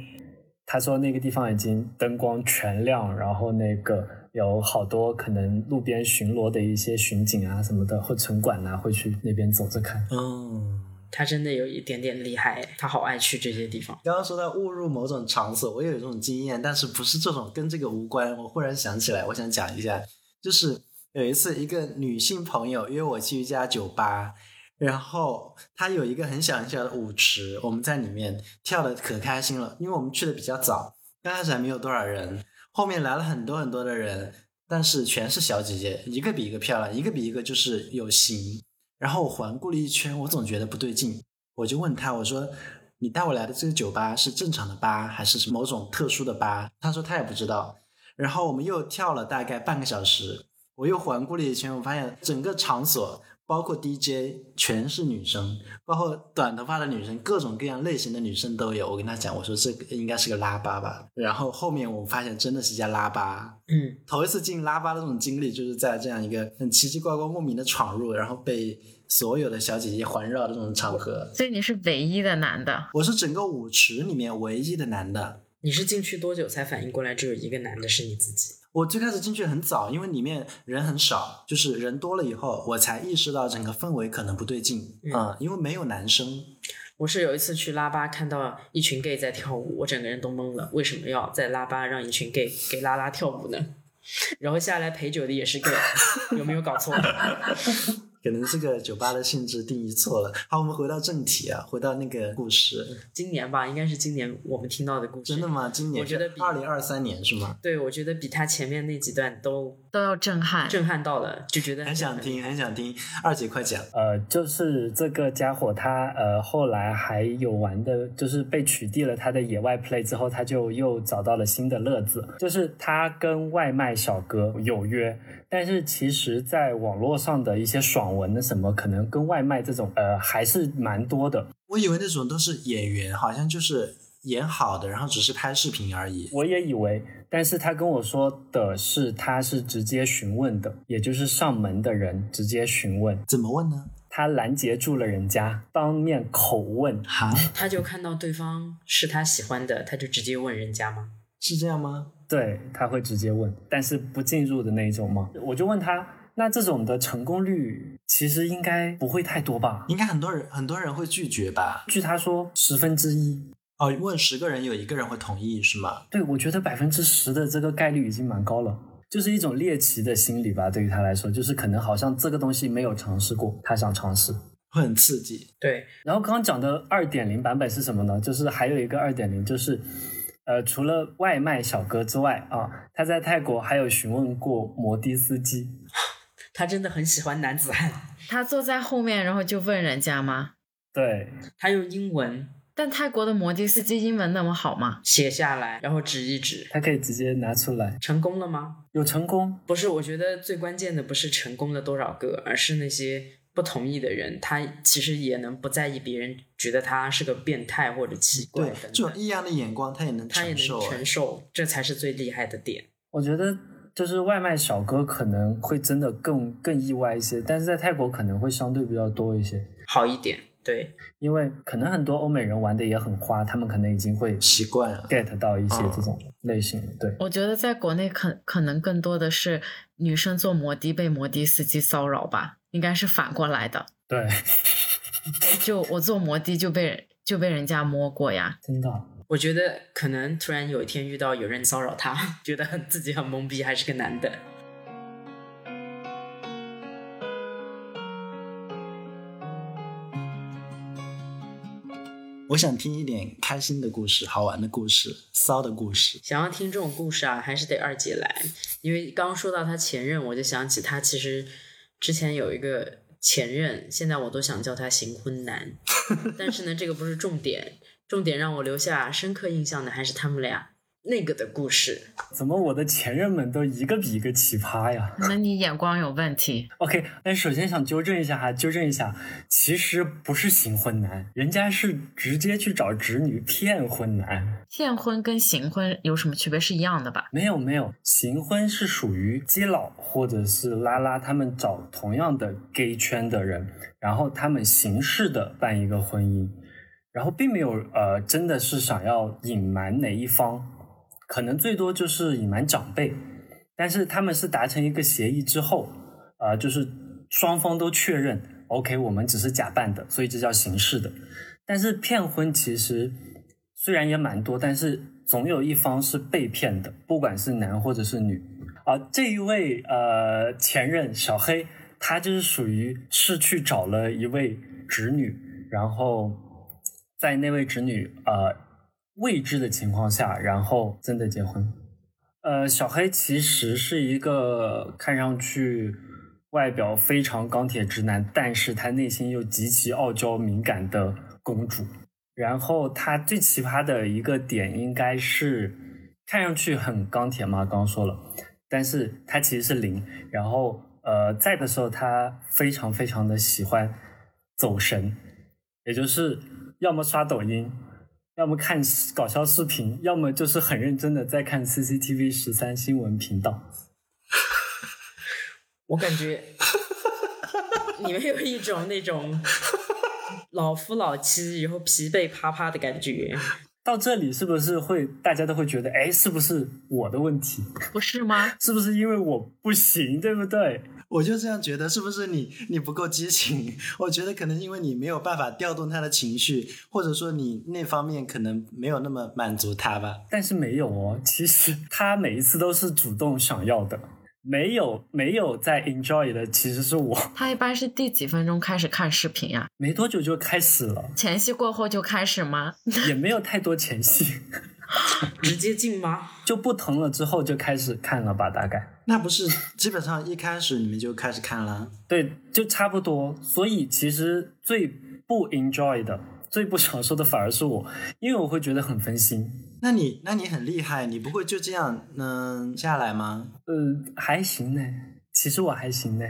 Speaker 4: 她说那个地方已经灯光全亮，然后那个有好多可能路边巡逻的一些巡警啊什么的，或城管啊会去那边走着看。
Speaker 1: 嗯。
Speaker 3: 他真的有一点点厉害，他好爱去这些地方。
Speaker 1: 刚刚说到误入某种场所，我也有这种经验，但是不是这种跟这个无关。我忽然想起来，我想讲一下，就是有一次一个女性朋友约我去一家酒吧，然后她有一个很小很小的舞池，我们在里面跳的可开心了，因为我们去的比较早，刚开始还没有多少人，后面来了很多很多的人，但是全是小姐姐，一个比一个漂亮，一个比一个就是有型。然后我环顾了一圈，我总觉得不对劲，我就问他，我说你带我来的这个酒吧是正常的吧，还是某种特殊的吧？他说他也不知道。然后我们又跳了大概半个小时，我又环顾了一圈，我发现整个场所包括 DJ 全是女生，包括短头发的女生，各种各样类型的女生都有。我跟他讲，我说这个应该是个拉吧吧。然后后面我发现真的是一家拉吧，
Speaker 3: 嗯，
Speaker 1: 头一次进拉巴的这种经历，就是在这样一个很奇奇怪怪、莫名的闯入，然后被所有的小姐姐环绕的这种场合。
Speaker 2: 所以你是唯一的男的，
Speaker 1: 我是整个舞池里面唯一的男的。
Speaker 3: 你是进去多久才反应过来只有一个男的是你自己？
Speaker 1: 我最开始进去很早，因为里面人很少，就是人多了以后，我才意识到整个氛围可能不对劲
Speaker 3: 嗯
Speaker 1: 啊、因为没有男生。
Speaker 3: 我是有一次去拉巴看到一群 gay 在跳舞，我整个人都懵了，为什么要在拉巴让一群 gay 给拉拉跳舞呢？ 然后下来陪酒的也是 gay，有 没有搞错？
Speaker 1: 可能这个酒吧的性质定义错了。好，我们回到正题啊，回到那个故事。
Speaker 3: 今年吧，应该是今年我们听到的故事。
Speaker 1: 真的？吗？今年
Speaker 3: 我觉得比
Speaker 1: 二零二三年是吗？
Speaker 3: 对，我觉得比他前面那几段都
Speaker 2: 都要震撼。
Speaker 3: 震撼到了，就觉得
Speaker 1: 很想听，很想听。二姐快讲。
Speaker 4: 呃，就是这个家伙他呃后来还有玩的，就是被取缔了他的野外 play 之后，他就又找到了新的乐子，就是他跟外卖小哥有约，但是其实在网络上的一些爽文的什么，可能跟外卖这种呃还是蛮多的。
Speaker 1: 我以为那种都是演员，好像就是演好的，然后只是拍视频而已。
Speaker 4: 我也以为，但是他跟我说的是他是直接询问的，也就是上门的人直接询问，
Speaker 1: 怎么问呢？
Speaker 4: 他拦截住了人家，当面口问。
Speaker 1: 哈，
Speaker 3: 他就看到对方是他喜欢的，他就直接问人家吗？
Speaker 1: 是这样吗？
Speaker 4: 对，他会直接问，但是不进入的那一种嘛。我就问他，那这种的成功率其实应该不会太多吧？
Speaker 1: 应该很多人很多人会拒绝吧？
Speaker 4: 据他说，十分之一。
Speaker 1: 哦，问十个人有一个人会同意是吗？
Speaker 4: 对，我觉得百分之十的这个概率已经蛮高了。就是一种猎奇的心理吧。对于他来说，就是可能好像这个东西没有尝试过，他想尝试。
Speaker 1: 会很刺激。
Speaker 3: 对，
Speaker 4: 然后刚刚讲的二点零版本是什么呢？就是还有一个二点零，就是呃，除了外卖小哥之外啊，他在泰国还有询问过摩的司机，
Speaker 3: 他真的很喜欢男子汉，
Speaker 2: 他坐在后面，然后就问人家吗？
Speaker 4: 对，
Speaker 3: 他用英文
Speaker 2: 但泰国的摩的司机英文那么好吗？
Speaker 3: 写下来，然后指一指，
Speaker 4: 他可以直接拿出来，
Speaker 3: 成功了吗？
Speaker 4: 有成功，
Speaker 3: 不是，我觉得最关键的不是成功了多少个，而是那些不同意的人，他其实也能不在意别人觉得他是个变态或者奇怪
Speaker 1: 对
Speaker 3: 等，
Speaker 1: 这种
Speaker 3: 等，
Speaker 1: 异样的眼光他也能
Speaker 3: 他也
Speaker 1: 承
Speaker 3: 能
Speaker 1: 受。啊
Speaker 3: 承受，这才是最厉害的点。
Speaker 4: 我觉得。就是外卖小哥可能会真的更更意外一些，但是在泰国可能会相对比较多一些，
Speaker 3: 好一点，对，
Speaker 4: 因为可能很多欧美人玩的也很花，他们可能已经会
Speaker 1: 习惯啊了，
Speaker 4: get 到一些这种类型。对，
Speaker 2: 我觉得在国内可可能更多的是女生坐摩的被摩的司机骚扰吧，应该是反过来的。
Speaker 4: 对，
Speaker 2: 就我坐摩的就被就被人家摸过呀，
Speaker 4: 真的，
Speaker 3: 我觉得可能突然有一天遇到有人骚扰他，觉得很自己很懵逼，还是个男的。
Speaker 1: 我想听一点开心的故事、好玩的故事、骚的故事。
Speaker 3: 想要听这种故事啊，还是得二姐来，因为刚刚说到她前任，我就想起她其实之前有一个前任，现在我都想叫他行婚男， 但是呢，这个不是重点，重点让我留下深刻印象的还是他们俩那个的故事。
Speaker 4: 怎么我的前任们都一个比一个奇葩呀
Speaker 2: 那你眼光有问题。
Speaker 4: ？OK，但首先想纠正一下哈，纠正一下，其实不是行婚男，人家是直接去找直女骗婚男。
Speaker 2: 骗婚跟行婚有什么区别？是一样的吧？
Speaker 4: 没有没有，行婚是属于基佬或者是拉拉他们找同样的 gay 圈的人，然后他们形式的办一个婚姻，然后并没有呃真的是想要隐瞒哪一方，可能最多就是隐瞒长辈，但是他们是达成一个协议之后，呃就是双方都确认，OK 我们只是假扮的，所以这叫形式的。但是骗婚其实虽然也蛮多，但是总有一方是被骗的，不管是男或者是女。啊，这一位呃前任小黑，他就是属于是去找了一位侄女，然后在那位侄女呃未知的情况下，然后真的结婚。呃，小黑其实是一个看上去外表非常钢铁直男，但是他内心又极其傲娇敏感的公主。然后他最奇葩的一个点应该是，看上去很钢铁嘛，刚刚说了，但是他其实是零。然后呃，在的时候他非常非常的喜欢走神，也就是要么刷抖音，要么看搞笑视频，要么就是很认真的在看 CCTV 十三新闻频道。
Speaker 3: 我感 觉你们有一种那种老夫老妻，然后疲惫趴趴的感觉。
Speaker 4: 到这里是不是会大家都会觉得，哎，是不是我的问题？
Speaker 2: 不是吗？
Speaker 4: 是不是因为我不行，对不对？
Speaker 1: 我就这样觉得，是不是你你不够激情？ 我觉得可能因为你没有办法调动他的情绪，或者说你那方面可能没有那么满足他吧。
Speaker 4: 但是没有哦，其实他每一次都是主动想要的，没有没有在 enjoy 的，其实是我。
Speaker 2: 他一般是第几分钟开始看视频呀、
Speaker 4: 没多久就开始了，
Speaker 2: 前戏过后就开始吗？
Speaker 4: 也没有太多前戏，
Speaker 3: 直接进吗？
Speaker 4: 就不疼了之后就开始看了吧，大概。
Speaker 1: 那不是基本上一开始你们就开始看了？
Speaker 4: 对，就差不多。所以其实最不 enjoy 的、最不享受的反而是我，因为我会觉得很分心。
Speaker 1: 那你那你很厉害，你不会就这样嗯、下来吗？
Speaker 4: 嗯，还行呢，其实我还行呢。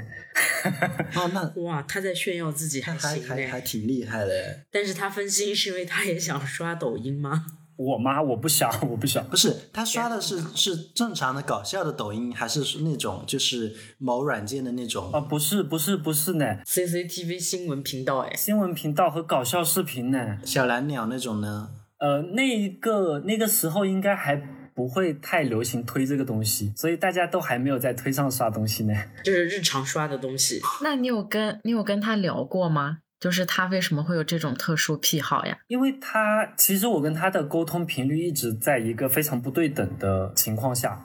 Speaker 1: 哦，那
Speaker 3: 哇，他在炫耀自己
Speaker 1: 那
Speaker 3: 还
Speaker 1: 还
Speaker 3: 行
Speaker 1: 还还
Speaker 3: 嘞，
Speaker 1: 挺厉害的。
Speaker 3: 但是他分心是因为他也想刷抖音吗？
Speaker 4: 我妈，我不想，我不想。
Speaker 1: 不是，他刷的是是正常的搞笑的抖音，还是是那种就是某软件的那种？
Speaker 4: 啊，不是，不是，不是呢，
Speaker 3: CCTV 新闻频道哎，
Speaker 4: 新闻频道和搞笑视频呢。
Speaker 1: 小蓝鸟那种呢？
Speaker 4: 呃，那一个那个时候应该还不会太流行推这个东西，所以大家都还没有在推上刷东西呢。
Speaker 3: 就是日常刷的东西。
Speaker 2: 那你有跟你有跟他聊过吗？就是他为什么会有这种特殊癖好呀？
Speaker 4: 因为他其实我跟他的沟通频率一直在一个非常不对等的情况下，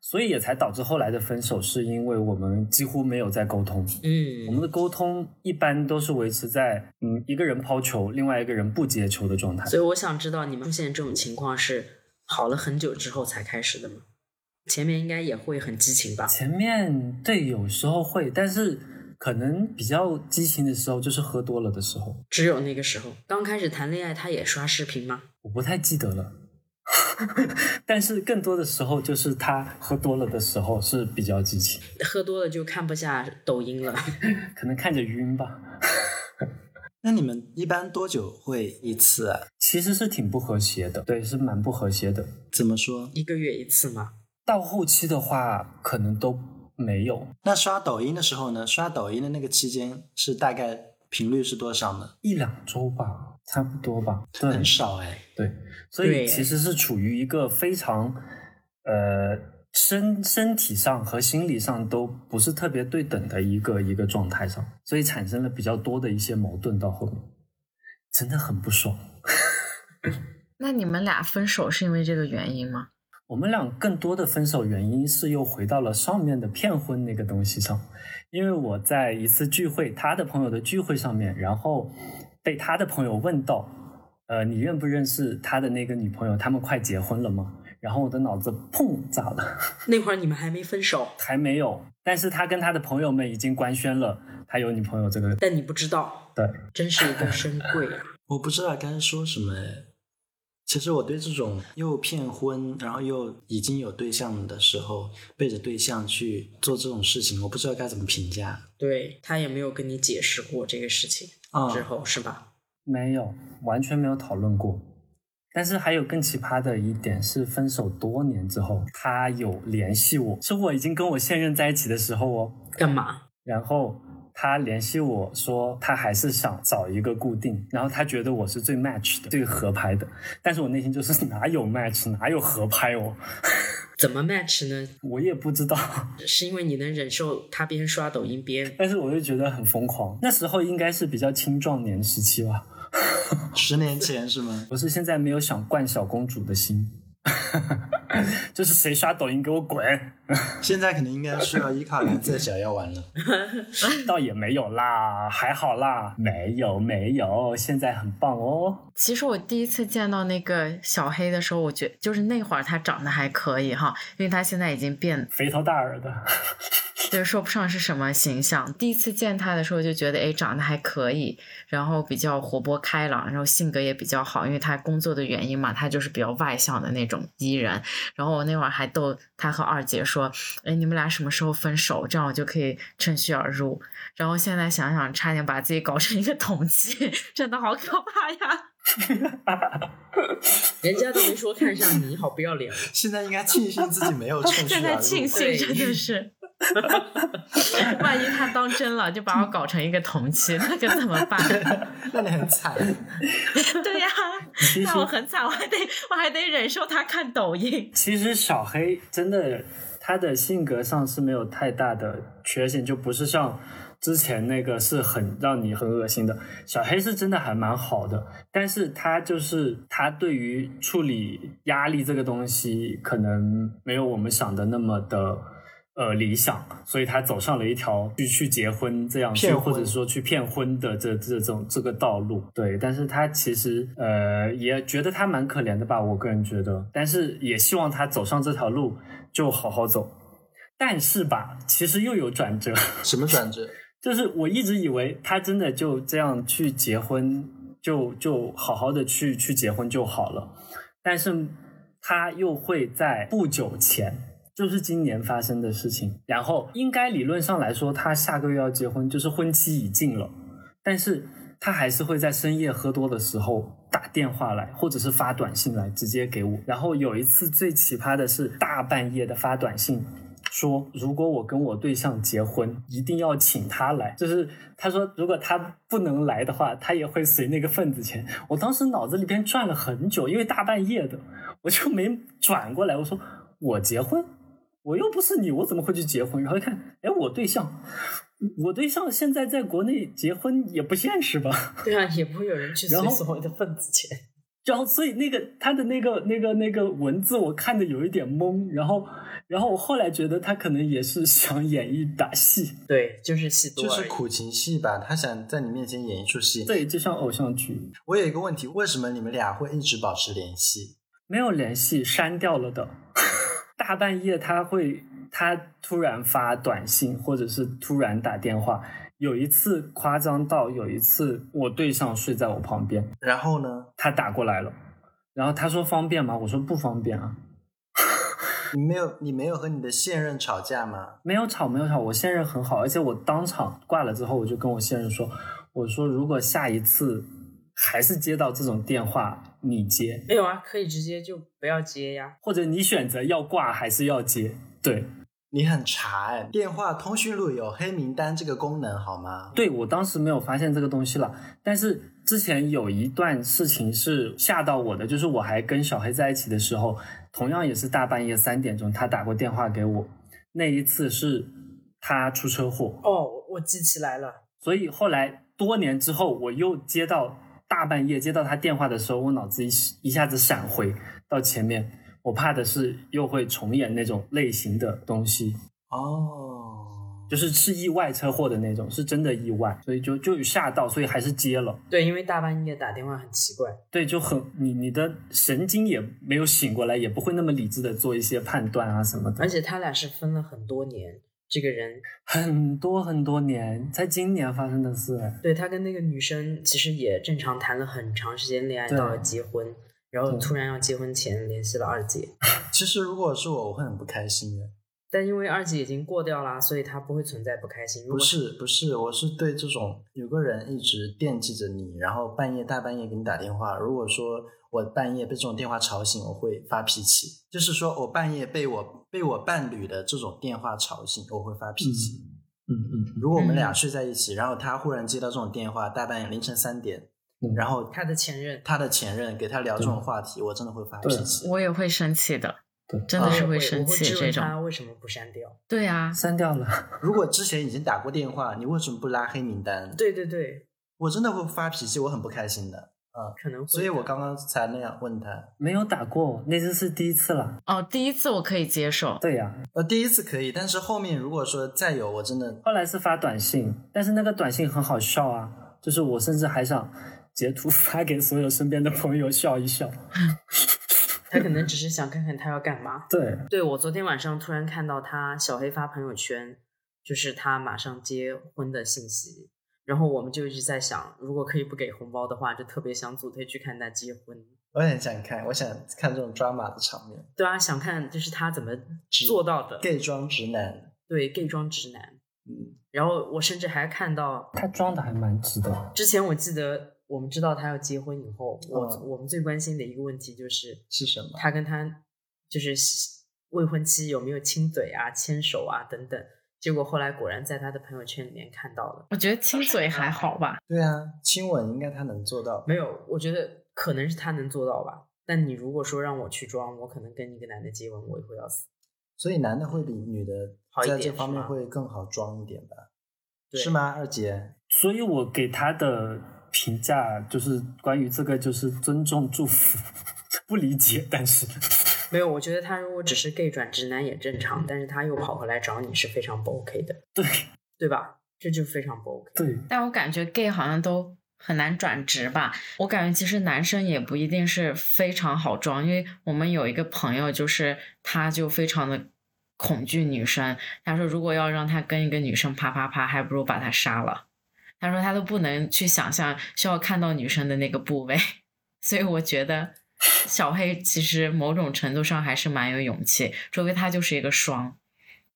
Speaker 4: 所以也才导致后来的分手，是因为我们几乎没有在沟通。我
Speaker 3: 嗯，
Speaker 4: 们的沟通一般都是维持在嗯一个人抛球，另外一个人不接球的状态。
Speaker 3: 所以我想知道你们出现这种情况是跑了很久之后才开始的吗？前面应该也会很激情吧？
Speaker 4: 前面对有时候会，但是可能比较激情的时候就是喝多了的时候，
Speaker 3: 只有那个时候，刚开始谈恋爱，他也刷视频吗？
Speaker 4: 我不太记得了。 但是更多的时候就是他喝多了的时候是比较激情，
Speaker 3: 喝多了就看不下抖音了。
Speaker 4: 可能看着晕吧，
Speaker 1: 那你们一般多久会一次啊？
Speaker 4: 其实是挺不和谐的，对，是蛮不和谐的。
Speaker 1: 怎么说？
Speaker 3: 一个月一次吗？
Speaker 4: 到后期的话，可能都没有，
Speaker 1: 那刷抖音的时候呢？刷抖音的那个期间是大概频率是多少呢？
Speaker 4: 一两周吧，差不多吧。对，
Speaker 1: 很少哎。
Speaker 4: 对，所
Speaker 3: 对
Speaker 4: 以其实是处于一个非常呃身身体上和心理上都不是特别对等的一个一个状态上，所以产生了比较多的一些矛盾到后面，真的很不爽。
Speaker 2: 那你们俩分手是因为这个原因吗？
Speaker 4: 我们俩更多的分手原因是又回到了上面的骗婚那个东西上，因为我在一次聚会，他的朋友的聚会上面，然后被他的朋友问到，呃，你认不认识他的那个女朋友？他们快结婚了吗？然后我的脑子砰炸了，
Speaker 3: 那会儿你们还没分手，
Speaker 4: 还没有，但是他跟他的朋友们已经官宣了，他有女朋友这个，
Speaker 3: 但你不知道，
Speaker 4: 对，
Speaker 3: 真是一个深柜啊！
Speaker 1: 我不知道该说什么哎。其实我对这种又骗婚，然后又已经有对象的时候，背着对象去做这种事情，我不知道该怎么评价
Speaker 3: 对他也没有跟你解释过这个事情，
Speaker 1: 啊。
Speaker 3: 之后是吧？
Speaker 4: 没有，完全没有讨论过。但是还有更奇葩的一点是，分手多年之后，他有联系我，是我已经跟我现任在一起的时候哦。
Speaker 3: 干嘛？
Speaker 4: 然后他联系我说，他还是想找一个固定，然后他觉得我是最 match 的、最合拍的。但是我内心就是 哪有 match，哪有合拍哦，
Speaker 3: 怎么 match 呢？
Speaker 4: 我也不知道。
Speaker 3: 是因为你能忍受他边刷抖音边
Speaker 4: 但是我就觉得很疯狂，那时候应该是比较青壮年时期吧。
Speaker 1: 十年前是吗？
Speaker 4: 我是现在没有想惯小公主的心， 就是谁刷抖音给我滚，
Speaker 1: 现在可能应该需要依靠蓝色小药丸了。
Speaker 4: 倒也没有啦，还好啦，没有没有，现在很棒哦。
Speaker 2: 其实我第一次见到那个小黑的时候，我觉就是那会儿他长得还可以哈，因为他现在已经变，
Speaker 4: 肥头大耳的，
Speaker 2: 就是说不上是什么形象。第一次见他的时候就觉得，哎，长得还可以，然后比较活泼开朗，然后性格也比较好，因为他工作的原因嘛，他就是比较外向的那种 E 人。然后我那会儿还逗他和二姐说，哎，你们俩什么时候分手？这样我就可以趁虚而入。然后现在想想，差点把自己搞成一个统计，真的好可怕呀！
Speaker 3: 人家都没说看上你，好不要脸。
Speaker 1: 现在应该庆幸自己没有趁虚而
Speaker 2: 现
Speaker 1: 入。
Speaker 2: 在庆幸
Speaker 3: 对
Speaker 2: 真 的是，万一他当真了，就把我搞成一个同期，那可怎么办？
Speaker 1: 那你很惨。
Speaker 2: 对呀、
Speaker 4: 其实
Speaker 2: 那我很惨，我还得我还得忍受他看抖音。
Speaker 4: 其实小黑真的他的性格上是没有太大的缺陷，就不是像之前那个是很让你很恶心的。小黑是真的还蛮好的，但是他就是他对于处理压力这个东西，可能没有我们想的那么的。呃，理想，所以他走上了一条去去结婚这样，
Speaker 1: 骗婚
Speaker 4: 或者说去骗婚的这这种这个道路。对，但是他其实呃也觉得他蛮可怜的吧，我个人觉得，但是也希望他走上这条路就好好走。但是吧，其实又有转折，
Speaker 1: 什么转折？
Speaker 4: 就是我一直以为他真的就这样去结婚，就就好好的去去结婚就好了，但是他又会在不久前。就是今年发生的事情，然后应该理论上来说，他下个月要结婚，就是婚期已尽了，但是他还是会在深夜喝多的时候打电话来，或者是发短信来，直接给我。然后有一次最奇葩的是大半夜的发短信，说如果我跟我对象结婚，一定要请他来。就是他说如果他不能来的话，他也会随那个份子钱。我当时脑子里边转了很久，因为大半夜的，我就没转过来。我说我结婚，我又不是你，我怎么会去结婚？然后一看，哎，我对象。我对象现在在国内结婚也不现实吧？
Speaker 3: 对啊，也不会有人去
Speaker 4: 然后
Speaker 3: 所谓的份子钱。
Speaker 4: 然后所以那个他的那个那个那个文字我看的有一点懵，然后然后我后来觉得他可能也是想演绎打戏，
Speaker 3: 对，就是戏多
Speaker 1: 就
Speaker 3: 而已，
Speaker 1: 是啊苦情戏吧，他想在你面前演一出戏。
Speaker 4: 对，就像偶像剧
Speaker 1: 我有一个问题，为什么你们俩会一直保持联系？
Speaker 4: 没有联系删掉了的， 大半夜他会他突然发短信或者是突然打电话，有一次夸张到有一次我对象睡在我旁边，
Speaker 1: 然后呢，
Speaker 4: 他打过来了，然后他说方便吗？我说不方便啊。
Speaker 1: 你没有你没有和你的现任吵架吗？
Speaker 4: 没有吵，没有吵，我现任很好，而且我当场挂了之后，我就跟我现任说，我说如果下一次还是接到这种电话，你接，
Speaker 3: 没有啊，可以直接就不要接呀。
Speaker 4: 或者你选择要挂还是要接，对。
Speaker 1: 你很茶哎，电话通讯录有黑名单这个功能好吗？
Speaker 4: 对我当时没有发现这个东西了，但是之前有一段事情是吓到我的，就是我还跟小黑在一起的时候，同样也是大半夜三点钟，他打过电话给我，那一次是他出车祸，
Speaker 3: 哦，我我记起来了，
Speaker 4: 所以后来多年之后，我又接到大半夜接到他电话的时候，我脑子一一下子闪回到前面，我怕的是又会重演那种类型的东西，
Speaker 1: 哦，
Speaker 4: 就是是意外车祸的那种，是真的意外，所以就就有吓到，所以还是接了。
Speaker 3: 对，因为大半夜打电话很奇怪。
Speaker 4: 对，就很你你的神经也没有醒过来，也不会那么理智的做一些判断啊什么的
Speaker 3: 而。且他俩是分了很多年，这个人
Speaker 4: 很多很多年，才今年发生的事。
Speaker 3: 对他跟那个女生其实也正常谈了很长时间恋爱，
Speaker 4: 对
Speaker 3: 到了结婚，然后
Speaker 4: 对
Speaker 3: 突然要结婚前联系了二姐，
Speaker 1: 其实如果是我，我会很不开心的。
Speaker 3: 但因为二姐已经过掉啦，所以他不会存在不开心。如
Speaker 1: 不
Speaker 3: 果
Speaker 1: 是不是，我是对这种有个人一直惦记着你，然后半夜大半夜给你打电话。如果说我半夜被这种电话吵醒，我会发脾气。就是说我半夜被我被我伴侣的这种电话吵醒，我会发脾气。
Speaker 4: 嗯嗯
Speaker 1: 如果我们俩睡在一起，然后他忽然接到这种电话，大半夜凌晨三点，
Speaker 4: 嗯
Speaker 1: 然后
Speaker 3: 他的前任，
Speaker 1: 他的前任给他聊这种话题，我真的会发脾气。
Speaker 2: 我也会生气的
Speaker 4: 对，
Speaker 2: 真的是
Speaker 3: 哦嗯我
Speaker 2: 会
Speaker 3: 会
Speaker 2: 生气
Speaker 3: 我会质
Speaker 2: 这
Speaker 3: 问
Speaker 2: 种。
Speaker 3: 他为什么不删掉？
Speaker 2: 对啊，
Speaker 4: 删掉了。
Speaker 1: 如果之前已经打过电话，你为什么不拉黑名单？，
Speaker 3: 对对对，
Speaker 1: 我真的会发脾气，我很不开心的。嗯，
Speaker 3: 可能会
Speaker 1: 所以我刚刚才那样问他，
Speaker 4: 没有打过，那次是第一次了。
Speaker 2: 哦，第一次我可以接受，
Speaker 4: 对呀、
Speaker 1: 呃，第一次可以，但是后面如果说再有，我真的
Speaker 4: 后来是发短信，但是那个短信很好笑啊，就是我甚至还想截图发给所有身边的朋友笑一笑。
Speaker 3: 他
Speaker 1: 嗯
Speaker 3: 可能只是想看看他要干嘛。
Speaker 4: 对，
Speaker 3: 对我昨天晚上突然看到他小黑发朋友圈，就是他马上结婚的信息，然后我们就一直在想，如果可以不给红包的话，就特别想组队去看他结婚。
Speaker 1: 我很想看，我想看这种 drama 的场面
Speaker 3: 对啊，想看就是他怎么做到的。
Speaker 1: ，gay 装直男，
Speaker 3: 对 gay 装直男，
Speaker 1: 嗯，
Speaker 3: 然后我甚至还看到
Speaker 4: 他装的还蛮值的。
Speaker 3: 之前我记得我们知道他要结婚以后，我、
Speaker 1: 嗯
Speaker 3: 我们最关心的一个问题就是
Speaker 1: 是什么？
Speaker 3: 他跟他就是未婚妻有没有亲嘴啊、牵手啊等等。结果后来果然在他的朋友圈里面看到了，
Speaker 2: 我觉得亲嘴还好吧。
Speaker 1: 对啊，亲吻应该他能做到。
Speaker 3: 没有，我觉得可能是他能做到吧。但你如果说让我去装，我可能跟一个男的接吻，我也会要死。
Speaker 1: 所以男的会比女的
Speaker 3: 好一
Speaker 1: 在
Speaker 3: 点
Speaker 1: 这方面
Speaker 3: 是吗
Speaker 1: 会更好装一点吧？
Speaker 3: 对
Speaker 1: 是？吗，二姐？
Speaker 4: 所以我给他的评价就是关于这个就是尊重祝福， 不理解，但是
Speaker 3: 没有，我觉得他如果只是 gay 转直男也正常，但是他又跑回来找你是非常不 OK 的。
Speaker 4: 对
Speaker 3: 对吧？这就非常不 OK。
Speaker 4: 对
Speaker 2: 但我感觉 gay 好像都很难转职吧。我感觉其实男生也不一定是非常好装，因为我们有一个朋友，就是他就非常的恐惧女生。他说，如果要让他跟一个女生啪啪啪，还不如把她杀了。他说他都不能去想象需要看到女生的那个部位， 所以我觉得小黑其实某种程度上还是蛮有勇气，除非他就是一个双，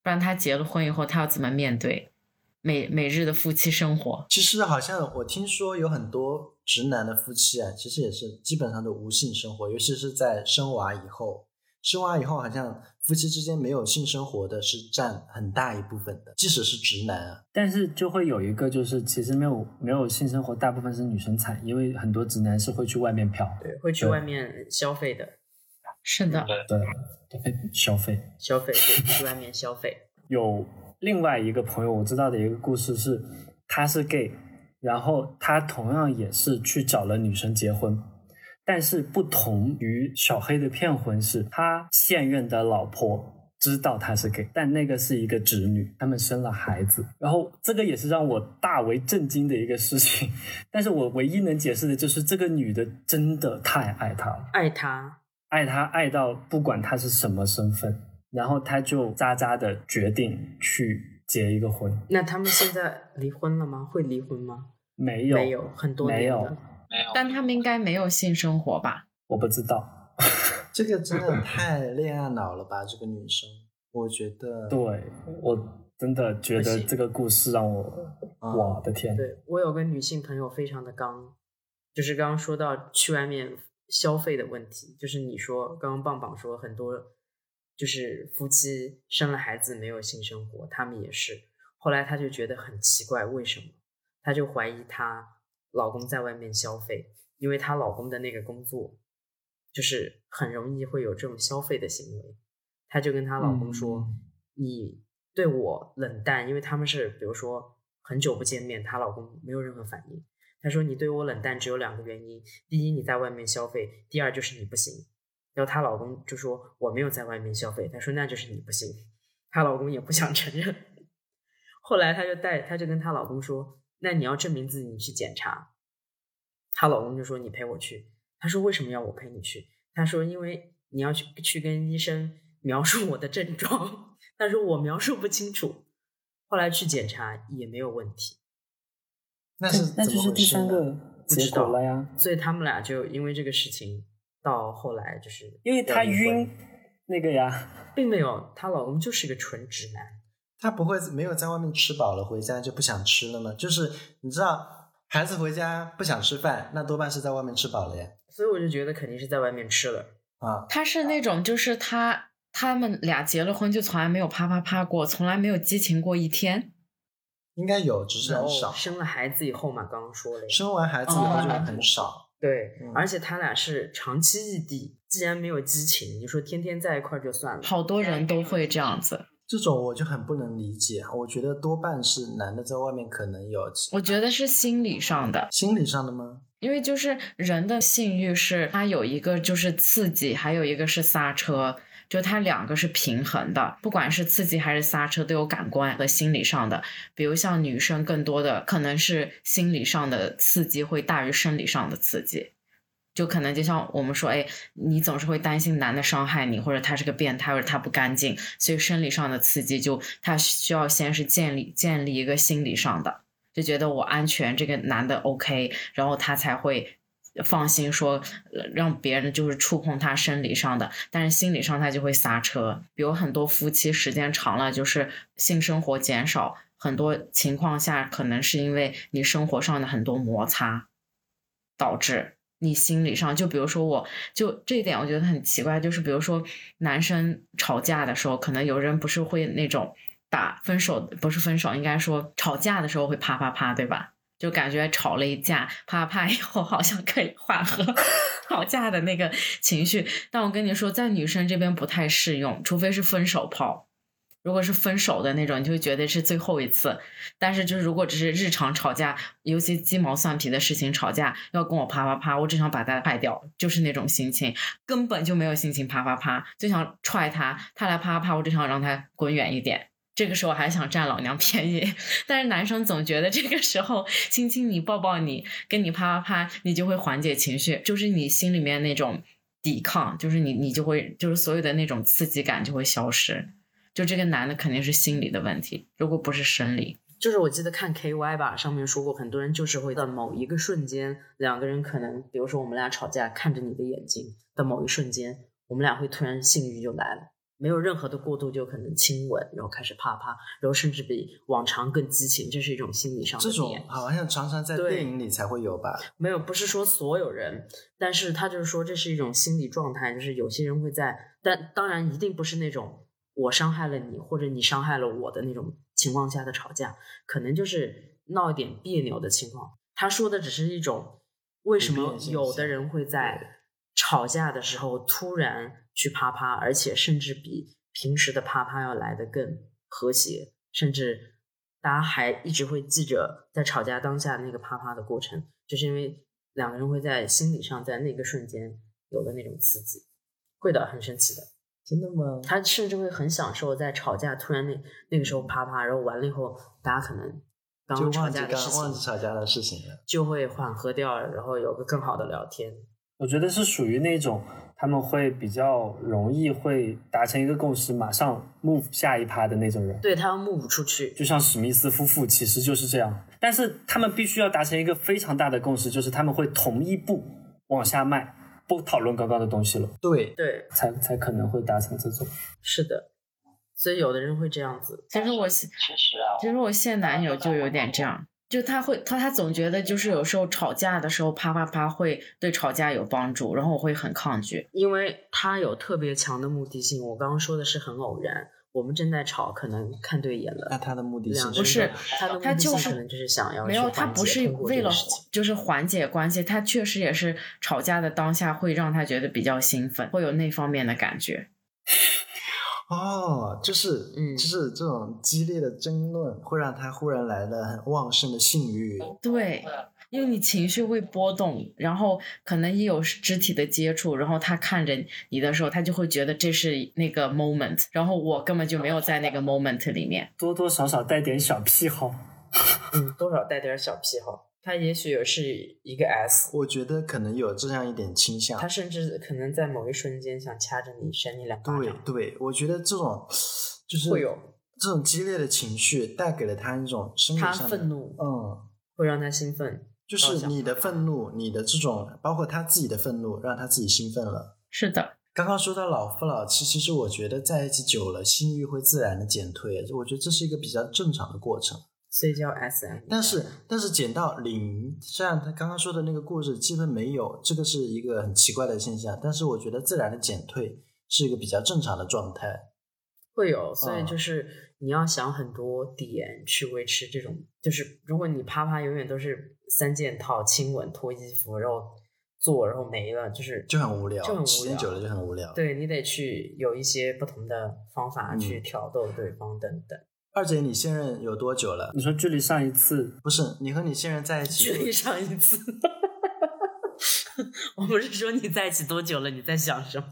Speaker 2: 不然他结了婚以后他要怎么面对每每日的夫妻生活？
Speaker 1: 其实好像我听说有很多直男的夫妻啊，其实也是基本上都无性生活，尤其是在生娃以后。生娃以后，好像夫妻之间没有性生活的是占很大一部分的，即使是直男啊。
Speaker 4: 但是就会有一个就是其实没有没有性生活，大部分是女生惨，因为很多直男是会去外面嫖，
Speaker 3: 对，会去
Speaker 4: 对
Speaker 3: 外面消费的，
Speaker 2: 是的，
Speaker 4: 对，对消费。
Speaker 3: 消费对，去外面消费。
Speaker 4: 有另外一个朋友我知道的一个故事是，他是 gay，然后他同样也是去找了女生结婚，但是不同于小黑的骗婚是，他现任的老婆知道他是 gay，但那个是一个侄女，他们生了孩子。然后这个也是让我大为震惊的一个事情。 但是我唯一能解释的就是这个女的真的太爱他了，
Speaker 3: 爱他，
Speaker 4: 爱他爱到不管他是什么身份，然后他就渣渣的决定去结一个婚。
Speaker 3: 那他们现在离婚了吗？会离婚吗？
Speaker 4: 没有，
Speaker 3: 没有，很多
Speaker 4: 没
Speaker 3: 年
Speaker 4: 有
Speaker 3: 的，
Speaker 2: 但他们应该没有性生活吧？
Speaker 4: 我不知道。
Speaker 1: 这个真的太恋爱脑了吧？这个女生，我觉得
Speaker 4: 对我真的觉
Speaker 3: 不
Speaker 4: 得
Speaker 3: 行
Speaker 4: 这个故事让我，
Speaker 1: 啊
Speaker 4: 我的天！
Speaker 3: 对我有个女性朋友非常的刚，就是刚刚说到去外面消费的问题，就是你说刚刚棒棒说很多就是夫妻生了孩子没有性生活，他们也是。后来她就觉得很奇怪，为什么？她就怀疑她老公在外面消费，因为她老公的那个工作就是很容易会有这种消费的行为。她就跟她老公说。
Speaker 4: 嗯
Speaker 3: 你对我冷淡，因为他们是比如说很久不见面，她老公没有任何反应。她说你对我冷淡只有两个原因，第一你在外面消费，第二就是你不行。然后她老公就说我没有在外面消费，她说那就是你不行。她老公也不想承认。后来她就带，她就跟她老公说，那你要证明自己，你去检查。她老公就说你陪我去，她说为什么要我陪你去？她说因为你要去去跟医生描述我的症状。 他说我描述不清楚，后来去检查也没有问题，
Speaker 1: 那是
Speaker 4: 那
Speaker 1: 怎
Speaker 4: 就
Speaker 1: 么
Speaker 4: 是
Speaker 1: 回
Speaker 4: 第
Speaker 1: 事啊
Speaker 4: 三
Speaker 1: 呢？
Speaker 4: 个
Speaker 3: 不
Speaker 4: 结
Speaker 3: 知道
Speaker 4: 果了呀，
Speaker 3: 所以他们俩就因为这个事情到后来就是
Speaker 4: 因为他
Speaker 3: 要离婚
Speaker 4: 晕，那个呀，
Speaker 3: 并没有她老公就是个纯直男，
Speaker 1: 她不会没有在外面吃饱了，回家就不想吃了吗？就是你知道，孩子回家不想吃饭，那多半是在外面吃饱了呀。
Speaker 3: 所以我就觉得肯定是在外面吃了。
Speaker 1: 啊，
Speaker 2: 他是那种，就是他他们俩结了婚就从来没有啪啪啪过，从来没有激情过一天。
Speaker 1: 应该有，只是
Speaker 3: 然
Speaker 1: 很
Speaker 3: 后
Speaker 1: 少。
Speaker 3: 生了孩子以后嘛，刚刚说了呀，
Speaker 1: 生完孩子以后就很少。
Speaker 3: 对，
Speaker 1: 嗯
Speaker 3: 而且他俩是长期异地，既然没有激情，你说天天在一块儿就算了，
Speaker 2: 好多人都会这样子。
Speaker 1: 这种我就很不能理解，我觉得多半是男的在外面可能有
Speaker 2: 我觉得是心理上的，
Speaker 1: 心理上的吗？
Speaker 2: 因为就是人的性欲是它有一个就是刺激，还有一个是刹车，就它两个是平衡的，不管是刺激还是刹车都有感官和心理上的。比如像女生更多的可能是心理上的刺激会大于生理上的刺激。就可能就像我们说，哎，你总是会担心男的伤害你，或者他是个变态，或者他不干净，所以生理上的刺激就他需要先是建立建立一个心理上的，就觉得我安全，这个男的 OK，然后他才会放心说呃让别人就是触碰他生理上的，但是心理上他就会刹车。比如很多夫妻时间长了，就是性生活减少，很多情况下可能是因为你生活上的很多摩擦导致。你心理上，就比如说我，就这一点我觉得很奇怪，就是比如说男生吵架的时候，可能有人不是会那种打分手，不是分手，应该说吵架的时候会啪啪啪，对吧？就感觉吵了一架，啪啪以后好像可以缓和吵架的那个情绪。但我跟你说，在女生这边不太适用，除非是分手炮。如果是分手的那种，你就会觉得是最后一次。但是就是如果只是日常吵架，尤其鸡毛蒜皮的事情吵架，要跟我啪啪啪，我只想把他踹掉，就是那种心情，根本就没有心情啪啪啪，就想踹他，他来啪啪啪，我只想让他滚远一点。这个时候还想占老娘便宜，但是男生总觉得这个时候亲亲你、抱抱你、跟你啪啪啪，你就会缓解情绪，就是你心里面那种抵抗，就是你你就会就是所有的那种刺激感就会消失。就这个男的肯定是心理的问题，如果不是生理，
Speaker 3: 就是我记得看 KY 吧，上面说过，很多人就是会在某一个瞬间，两个人可能，比如说我们俩吵架，看着你的眼睛的某一瞬间，我们俩会突然性欲就来了，没有任何的过渡，就可能亲吻，然后开始啪啪，然后甚至比往常更激情，这是一种心理上的
Speaker 1: 这
Speaker 3: 点
Speaker 1: 种好像常常在
Speaker 3: 对
Speaker 1: 电影里才会有吧？
Speaker 3: 没有，不是说所有人，但是他就是说这是一种心理状态，就是有些人会在，但当然一定不是那种我伤害了你或者你伤害了我的那种情况下的吵架，可能就是闹一点别扭的情况。他说的只是一种为什
Speaker 1: 普
Speaker 3: 么
Speaker 1: 遍现
Speaker 3: 有的
Speaker 1: 象
Speaker 3: 人会
Speaker 1: 对
Speaker 3: 在吵架的时候突然去啪啪，而且甚至比平时的啪啪要来的更和谐，甚至大家还一直会记着在吵架当下那个啪啪的过程，就是因为两个人会在心理上在那个瞬间有的那种刺激，会的，很神奇的。
Speaker 1: 真的吗？
Speaker 3: 他甚至会很享受在吵架，突然那那个时候啪啪，然后完了以后，大家可能刚
Speaker 1: 就
Speaker 3: 刚吵
Speaker 1: 忘记
Speaker 3: 架的事
Speaker 1: 刚忘记
Speaker 3: 情
Speaker 1: 吵架的事情了。
Speaker 3: 就会缓和掉，然后有个更好的聊天。
Speaker 4: 我觉得是属于那种他们会比较容易会达成一个共识，马上 move 下一趴的那种人。
Speaker 3: 对他要 move 出去，
Speaker 4: 就像史密斯夫妇其实就是这样，但是他们必须要达成一个非常大的共识，就是他们会同一步往下迈，不讨论刚刚的东西了，
Speaker 1: 对，
Speaker 3: 对，
Speaker 4: 才才可能会达成这种。
Speaker 3: 是的。所以有的人会这样子，
Speaker 2: 其实我现
Speaker 5: 确实啊，
Speaker 2: 其实我现男友就有点这样，就他会他他总觉得就是有时候吵架的时候啪啪啪会对吵架有帮助，然后我会很抗拒。
Speaker 3: 因为他有特别强的目的性。我刚刚说的是很偶然，我们正在吵，可能看对眼
Speaker 1: 那
Speaker 3: 了。
Speaker 1: 他的目的
Speaker 3: 两
Speaker 1: 是
Speaker 3: 个
Speaker 1: 什
Speaker 3: 人
Speaker 1: 么
Speaker 2: 不是
Speaker 3: 他的目
Speaker 2: 他
Speaker 3: 的
Speaker 2: 就
Speaker 3: 性
Speaker 2: 是
Speaker 3: 可能就是想要
Speaker 2: 没
Speaker 3: 去
Speaker 2: 有，他
Speaker 3: 缓
Speaker 2: 不
Speaker 3: 解
Speaker 2: 是
Speaker 3: 通过
Speaker 2: 为
Speaker 3: 这
Speaker 2: 了
Speaker 3: 个事情
Speaker 2: 就是缓解关系，他确实也是吵架的当下会让他觉得比较兴奋，会有那方面的感觉。
Speaker 1: 哦，就是，
Speaker 3: 嗯
Speaker 1: 就是这种激烈的争论会让他忽然来了很旺盛的性欲。
Speaker 2: 对，因为你情绪会波动，然后可能一有肢体的接触，然后他看着你的时候，他就会觉得这是那个 moment，然后我根本就没有在那个 moment 里面。
Speaker 4: 多多少少带点小癖好，
Speaker 3: 嗯，多少带点小癖好。他也许也是一个 S，
Speaker 1: 我觉得可能有这样一点倾向
Speaker 3: 他。甚至可能在某一瞬间想掐着你扇你两巴
Speaker 1: 对
Speaker 3: 掌。
Speaker 1: 对，我觉得这种就是
Speaker 3: 会有
Speaker 1: 这种激烈的情绪带给了他一种生理
Speaker 3: 他
Speaker 1: 上的
Speaker 3: 愤，怒
Speaker 1: 嗯，
Speaker 3: 会让他兴奋，
Speaker 1: 就是你的愤怒，你的这种，包括他自己的愤怒，让他自己兴奋了。
Speaker 2: 是的，
Speaker 1: 刚刚说到老夫老妻，其实我觉得在一起久了，性欲会自然的减退，我觉得这是一个比较正常的过程。
Speaker 3: 所以叫 S M。
Speaker 1: 但是，但是减到零，虽然他刚刚说的那个故事基本没有，这个是一个很奇怪的现象，但是我觉得自然的减退是一个比较正常的状态。
Speaker 3: 会有，所以
Speaker 1: 嗯
Speaker 3: 就是你要想很多点去维持这种，就是如果你啪啪永远都是三件套，亲吻、脱衣服，然后做，然后没了，就是
Speaker 1: 就很无聊
Speaker 3: 就很无聊，
Speaker 1: 时间久了就很无聊
Speaker 3: 对你得去有一些不同的方法
Speaker 1: 嗯
Speaker 3: 去挑逗对方等等。
Speaker 1: 二姐，你现任有多久了？
Speaker 4: 你说距离上一次
Speaker 1: 不是，你和你现任在一
Speaker 3: 距
Speaker 1: 起，
Speaker 3: 离 上一次。我不是说你在一起多久了？你在想什么？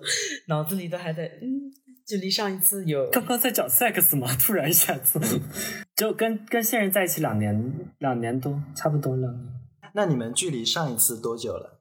Speaker 3: 脑子里都还在嗯，距离上一次有
Speaker 4: 刚刚在讲 sex 嘛，突然一下子 就跟跟现任在一起两年，两年多，差不多两年。
Speaker 1: 那你们距离上一次多久了？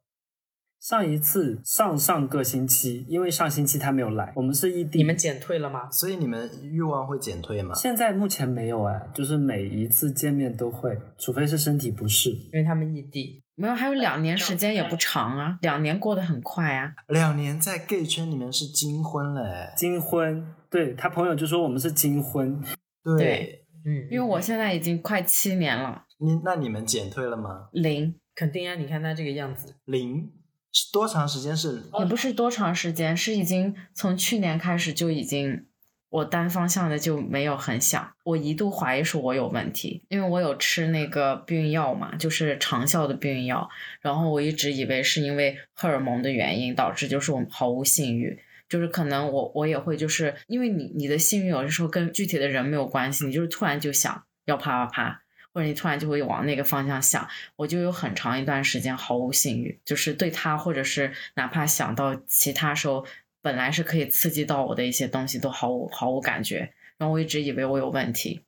Speaker 4: 上一次上上个星期，因为上星期他没有来，我们是异地。
Speaker 3: 你们减退了吗？
Speaker 1: 所以你们欲望会减退吗？
Speaker 4: 现在目前没有哎，就是每一次见面都会，除非是身体不适。
Speaker 3: 因为他们异地，
Speaker 2: 没有，还有两年时间也不长啊，两年过得很快啊。
Speaker 1: 两年在 gay 圈里面是金婚了哎，
Speaker 4: 金婚，对他朋友就说我们是金婚，
Speaker 1: 对，
Speaker 2: 对
Speaker 3: 嗯，
Speaker 2: 因为我现在已经快七年了，
Speaker 1: 你那你们减退了吗？
Speaker 2: 零。
Speaker 3: 肯定啊，你看他这个样子，
Speaker 1: 零是多长时间是零？
Speaker 2: 也不是多长时间，是已经从去年开始就已经，我单方向的就没有很想。我一度怀疑是我有问题，因为我有吃那个避孕药嘛，就是长效的避孕药，然后我一直以为是因为荷尔蒙的原因导致，就是我毫无性欲。就是可能我我也会就是因为你你的性欲有的时候跟具体的人没有关系，你就是突然就想要啪啪啪，或者你突然就会往那个方向想，我就有很长一段时间毫无性欲，就是对他或者是哪怕想到其他时候本来是可以刺激到我的一些东西都毫无毫无感觉，然后我一直以为我有问题，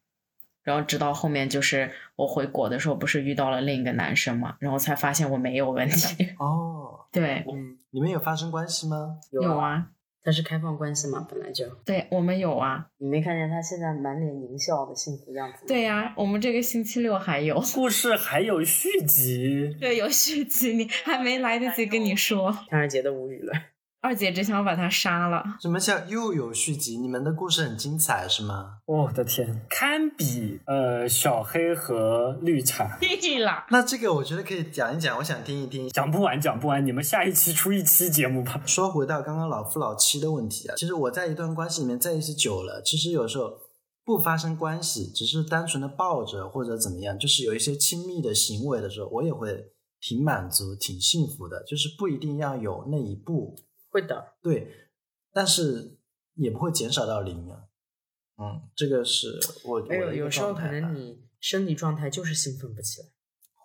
Speaker 2: 然后直到后面就是我回国的时候不是遇到了另一个男生嘛，然后才发现我没有问题，
Speaker 1: 哦，
Speaker 2: 对，
Speaker 3: 嗯，
Speaker 1: 你们有发生关系吗？
Speaker 2: 有，啊，
Speaker 3: 他是开放关系嘛，本来就，
Speaker 2: 对我们有啊，
Speaker 3: 你没看见他现在满脸淫笑的幸福样子？
Speaker 2: 对、呀、我们这个星期六还有。
Speaker 4: 故事还有续集。
Speaker 2: 对，有续集，你还没来得及跟你说，
Speaker 3: 唐二姐都无语了。
Speaker 2: 二姐只想把他杀了。
Speaker 1: 什么叫又有续集？你们的故事很精彩是吗？
Speaker 4: 哦我、的天，堪比呃小黑和绿 茶，
Speaker 2: 屁啦！
Speaker 1: 那这个我觉得可以讲一讲，我想听一听。
Speaker 4: 讲不完讲不完，你们下一期出一期节目吧。
Speaker 1: 说回到刚刚老夫老妻的问题啊，其实我在一段关系里面在一起久了，其实有时候不发生关系，只是单纯的抱着或者怎么样，就是有一些亲密的行为的时候，我也会挺满足、挺幸福的，就是不一定要有那一步，
Speaker 3: 会的，
Speaker 1: 对，但是也不会减少到零啊。嗯，这个是我我
Speaker 3: 没有，
Speaker 1: 的一个
Speaker 3: 哎有时候
Speaker 1: 状
Speaker 3: 可
Speaker 1: 态吧
Speaker 3: 能你生理状态就是兴奋不起来，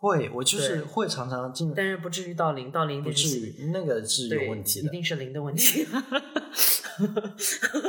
Speaker 1: 会，我就是
Speaker 3: 对
Speaker 1: 会常常进，
Speaker 3: 但是不至于到零，到零一
Speaker 1: 不
Speaker 3: 定
Speaker 1: 至
Speaker 3: 是
Speaker 1: 于那个是
Speaker 3: 对
Speaker 1: 有问题
Speaker 3: 一
Speaker 1: 的，
Speaker 3: 定是零的问题。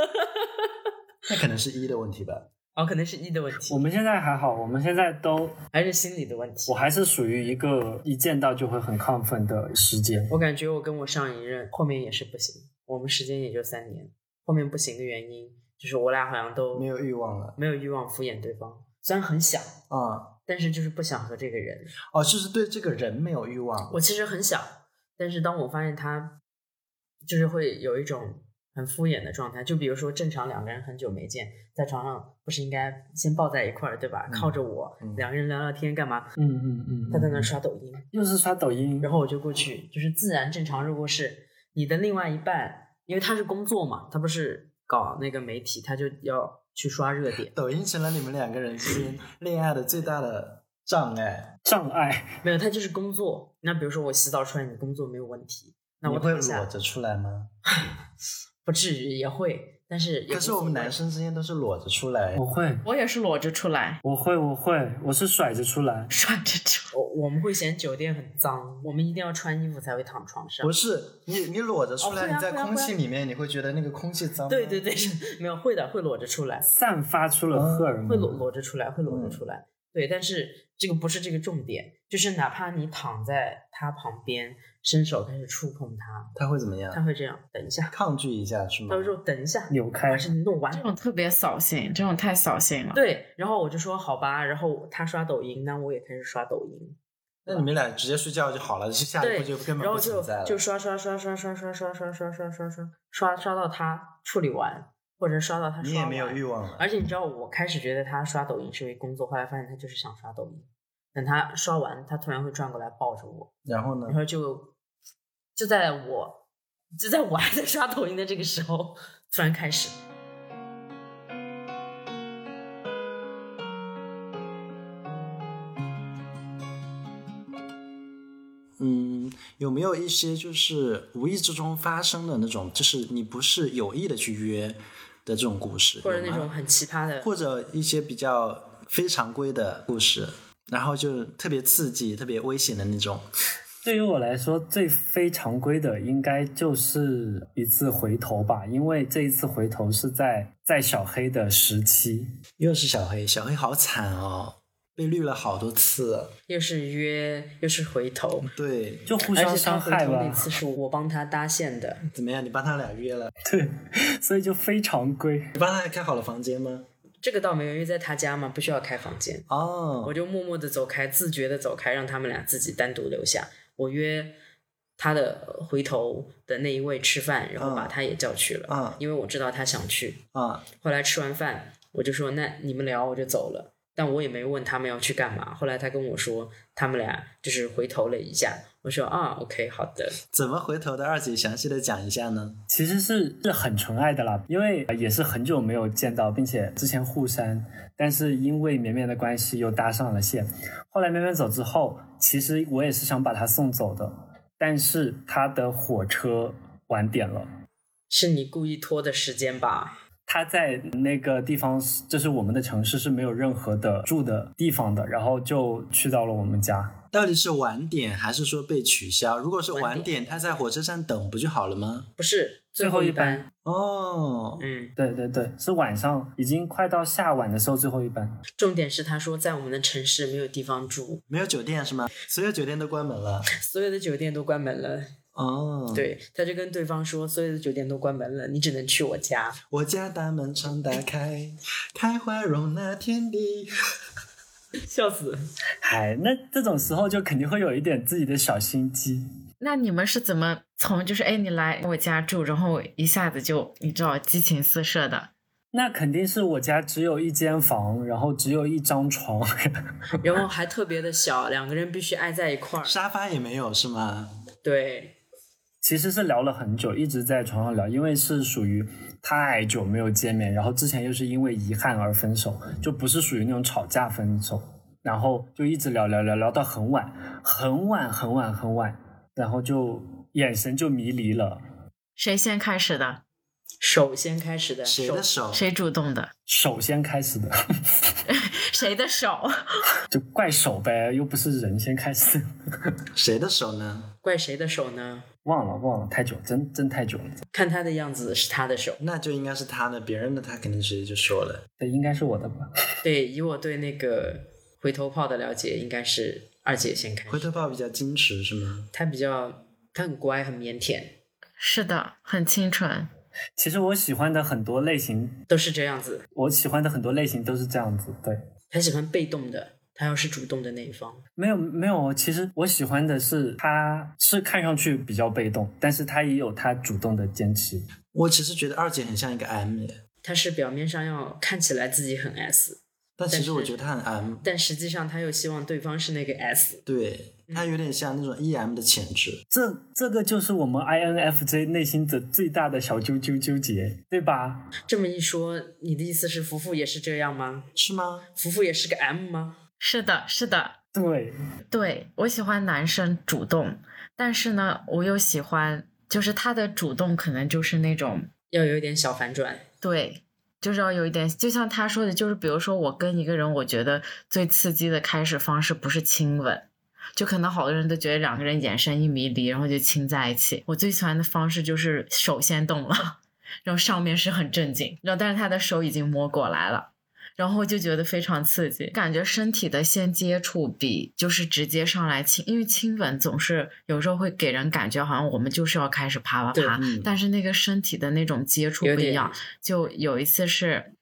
Speaker 1: 那可能是一的问题吧。
Speaker 3: 哦，可能是一的问题
Speaker 4: 我，们现在还好，我们现在都，
Speaker 3: 还是心理的问题
Speaker 4: 我。还是属于一个一见到就会很亢奋的时间。
Speaker 3: 我感觉我跟我上一任后面也是不行，我们时间也就三年。后面不行的原因就是我俩好像都
Speaker 1: 没有欲望了
Speaker 3: 没有欲望敷衍对方，虽然很想，
Speaker 1: 啊、
Speaker 3: 但是就是不想和这个人。
Speaker 1: 哦，就是对这个人没有欲望。
Speaker 3: 我其实很想，但是当我发现他就是会有一种很敷衍的状态，就比如说正常两个人很久没见，在床上不是应该先抱在一块儿对吧？
Speaker 1: 嗯
Speaker 3: 靠着我，
Speaker 1: 嗯
Speaker 3: 两个人聊聊天干嘛？
Speaker 4: 嗯嗯嗯，
Speaker 3: 他在那刷抖音，
Speaker 4: 又是刷抖音，
Speaker 3: 然后我就过去，就是自然正常。如果是你的另外一半，因为他是工作嘛，他不是搞那个媒体，他就要去刷热点。
Speaker 1: 抖音成了你们两个人之间恋爱的最大的障碍。
Speaker 4: 障碍，
Speaker 3: 没有，他就是工作。那比如说我洗澡出来，你工作没有问题， 那
Speaker 1: 你
Speaker 3: 我
Speaker 1: 会
Speaker 3: 躺下
Speaker 1: 裸着出来吗？
Speaker 3: 不至于也会，但是
Speaker 1: 可
Speaker 3: 也啊无
Speaker 1: 是
Speaker 3: 所
Speaker 1: 我们
Speaker 3: 谓
Speaker 1: 男生之间都是裸着出来
Speaker 3: 哦
Speaker 4: 我，会，
Speaker 2: 我也是裸着出来，
Speaker 4: 我会，我会，我是甩着出来。
Speaker 2: 甩着出。
Speaker 3: 我我们会嫌酒店很脏，我们一定要穿衣服才会躺床上
Speaker 1: 不。是你你裸着出
Speaker 3: 哦会
Speaker 1: 来，
Speaker 3: 啊
Speaker 1: 你在
Speaker 3: 会啊
Speaker 1: 空气
Speaker 3: 会啊
Speaker 1: 里面，你会觉得那个空气脏吗。
Speaker 3: 对对 对，是没有会的，会裸着出来，
Speaker 4: 散发出了荷尔蒙，
Speaker 3: 哦会裸
Speaker 1: 嗯
Speaker 3: 裸着出来，会裸着出来。对，但是这个不是这个重点，就是哪怕你躺在他旁边，伸手开始触碰他，
Speaker 1: 他会怎么样
Speaker 3: 他？会这样，等一下，
Speaker 1: 抗拒一下是吗
Speaker 3: 他？会说等一下，
Speaker 4: 扭
Speaker 3: 把
Speaker 4: 开，
Speaker 3: 事情弄完
Speaker 2: 这。种特别扫兴，这种太扫兴了。
Speaker 3: 对，然后我就说好吧，然后他刷抖音，那我也开始刷抖音，
Speaker 1: 那你们俩直接睡觉就好了，下一
Speaker 3: 对，
Speaker 1: 步就根本
Speaker 3: 然
Speaker 1: 不
Speaker 3: 后
Speaker 1: 存
Speaker 3: 就
Speaker 1: 在了。
Speaker 3: 就刷刷刷刷刷刷刷刷刷刷刷刷刷刷到他处理完，或者刷到他刷
Speaker 1: 你也没有
Speaker 3: 完
Speaker 1: 欲望了。
Speaker 3: 而且你知道，我开始觉得他刷抖音是因为工作，后来发现他就是想刷抖音。等他刷完，他突然会转过来抱着我，
Speaker 1: 然后呢
Speaker 3: 然？后就就在我就在我还在刷抖音的这个时候，突然开始。
Speaker 1: 嗯，有没有一些就是无意之中发生的那种，就是你不是有意的去约的这种故事，
Speaker 3: 或者
Speaker 1: 有
Speaker 3: 那
Speaker 1: 吗
Speaker 3: 种很奇葩的，
Speaker 1: 或者一些比较非常规的故事，然后就特别刺激、特别危险的那种。
Speaker 4: 对于我来说，最非常规的应该就是一次回头吧，因为这一次回头是在在小黑的时期，
Speaker 1: 又是小黑，小黑好惨哦，被绿了好多次。
Speaker 3: 又是约又是回头，
Speaker 1: 对，
Speaker 4: 就互
Speaker 3: 而
Speaker 4: 相
Speaker 3: 且他
Speaker 4: 伤
Speaker 3: 回
Speaker 4: 害
Speaker 3: 头
Speaker 4: 吧
Speaker 3: 那，次是我帮他搭线的，
Speaker 1: 怎么样？你帮他俩约了？
Speaker 4: 对，所以就非常规。
Speaker 1: 你帮他俩开好了房间吗？
Speaker 3: 这个倒没有，因为在他家嘛，不需要开房间。
Speaker 1: 哦
Speaker 3: 我，就默默的走开，自觉的走开，让他们俩自己单独留下。我约他的回头的那一位吃饭，然后把他也叫去了，
Speaker 1: 啊
Speaker 3: 因为我知道他想去。
Speaker 1: 啊，
Speaker 3: 后来吃完饭，我就说那你们聊，我就走了。但我也没问他们要去干嘛。后来他跟我说，他们俩就是回头了一下。我说啊，OK，好的。
Speaker 1: 怎么回头的？二姐详细的讲一下呢？
Speaker 4: 其实是是很纯爱的啦，因为也是很久没有见到，并且之前互删，但是因为绵绵的关系又搭上了线。后来绵绵走之后，其实我也是想把她送走的，但是她的火车晚点了。
Speaker 3: 是你故意拖的时间吧？
Speaker 4: 他在那个地方，就是我们的城市是没有任何的住的地方的，然后就去到了我们家。
Speaker 1: 到底是晚点还是说被取消？如果是晚
Speaker 3: 晚
Speaker 1: 点，他在火车站等不就好了吗？
Speaker 3: 不是最
Speaker 4: 最后
Speaker 3: 后
Speaker 4: 一
Speaker 3: 一班，
Speaker 1: 哦，
Speaker 3: 嗯，
Speaker 4: 对对对，是晚上，已经快到下晚的时候，最后一班。
Speaker 3: 重点是他说在我们的城市没有地方住，
Speaker 1: 没有酒店是吗？所有酒店都关门了。
Speaker 3: 所有的酒店都关门了，
Speaker 1: 哦，，
Speaker 3: 对，他就跟对方说，所有的酒店都关门了，你只能去 我家。
Speaker 1: 我家大门常打开，开怀容纳天地。
Speaker 3: 笑死！
Speaker 4: 哎，那这种时候就肯定会有一点自己的小心机。
Speaker 2: 那你们是怎么从就是哎你来我家住，然后一下子就你知道激情四射的？
Speaker 4: 那肯定是我家只有一间房，然后只有一张床，
Speaker 3: 然后还特别的小，两个人必须挨在一块儿。
Speaker 1: 沙发也没有是吗？
Speaker 3: 对，
Speaker 4: 其实是聊了很久，一直在床上聊，因为是属于太久没有见面，然后之前又是因为遗憾而分手，就不是属于那种吵架分手，然后就一直聊聊聊聊到很晚，很晚很晚很晚，然后就眼神就迷离了。
Speaker 2: 谁先开始的？
Speaker 3: 首先开始的
Speaker 1: 谁的手？
Speaker 2: 谁主动的？
Speaker 4: 首先开始的，
Speaker 2: 谁的手？
Speaker 4: 就怪手呗，又不是人先开始的。
Speaker 1: 谁的手呢？
Speaker 3: 怪谁的手呢？
Speaker 4: 忘了忘了，太久，真真太久了。
Speaker 3: 看他的样子是他的手。
Speaker 1: 那就应该是他的，别人的他肯定直接就说了。
Speaker 4: 对，应该是我的吧？
Speaker 3: 对，以我对那个回头炮的了解，应该是二姐先开
Speaker 1: 回
Speaker 3: 始。
Speaker 1: 头炮比较矜持是吗？
Speaker 3: 她比较，她很乖，很腼腆，
Speaker 2: 是的，很清纯。
Speaker 4: 其实我喜欢的很多类型，
Speaker 3: 都是这样子。
Speaker 4: 我喜欢的很多类型都是这样子。对，
Speaker 3: 她喜欢被动的，她要是主动的那一方，
Speaker 4: 没有没有，其实我喜欢的是他是看上去比较被动，但是他也有他主动的坚持。
Speaker 1: 我其实觉得二姐很像一个 M 耶，
Speaker 3: 她是表面上要看起来自己很 S，
Speaker 1: 但其
Speaker 3: 但
Speaker 1: 实
Speaker 3: 是
Speaker 1: 我觉得她很 M，
Speaker 3: 但实际上她又希望对方是那个 S。
Speaker 1: 对，她有点像那种 EM 的潜质。
Speaker 4: 这这个就是我们 INFJ 内心的最大的小纠纠纠结，对吧？
Speaker 3: 这么一说，你的意思是福福也是这样吗？
Speaker 1: 是吗？
Speaker 3: 福福也是个 M 吗？
Speaker 2: 是的，是的，
Speaker 4: 对，
Speaker 2: 对我喜欢男生主动，但是呢，我又喜欢，就是他的主动可能就是那种
Speaker 3: 要有一点小反转。
Speaker 2: 对，就是要有一点，就像他说的，就是比如说我跟一个人，我觉得最刺激的开始方式不是亲吻，就可能好多人都觉得两个人眼神一迷离，然后就亲在一起。我最喜欢的方式就是手先动了，然后上面是很正经，然后但是他的手已经摸过来了。然后就觉得非常刺激，感觉身体的先接触比就是直接上来亲，因为亲吻总是有时候会给人感觉好像我们就是要开始啪啪
Speaker 3: 对
Speaker 2: 啪，
Speaker 1: 嗯
Speaker 2: 但是那个身体的那种接触
Speaker 3: 有
Speaker 2: 不一
Speaker 3: 点
Speaker 2: 样，就有一次是，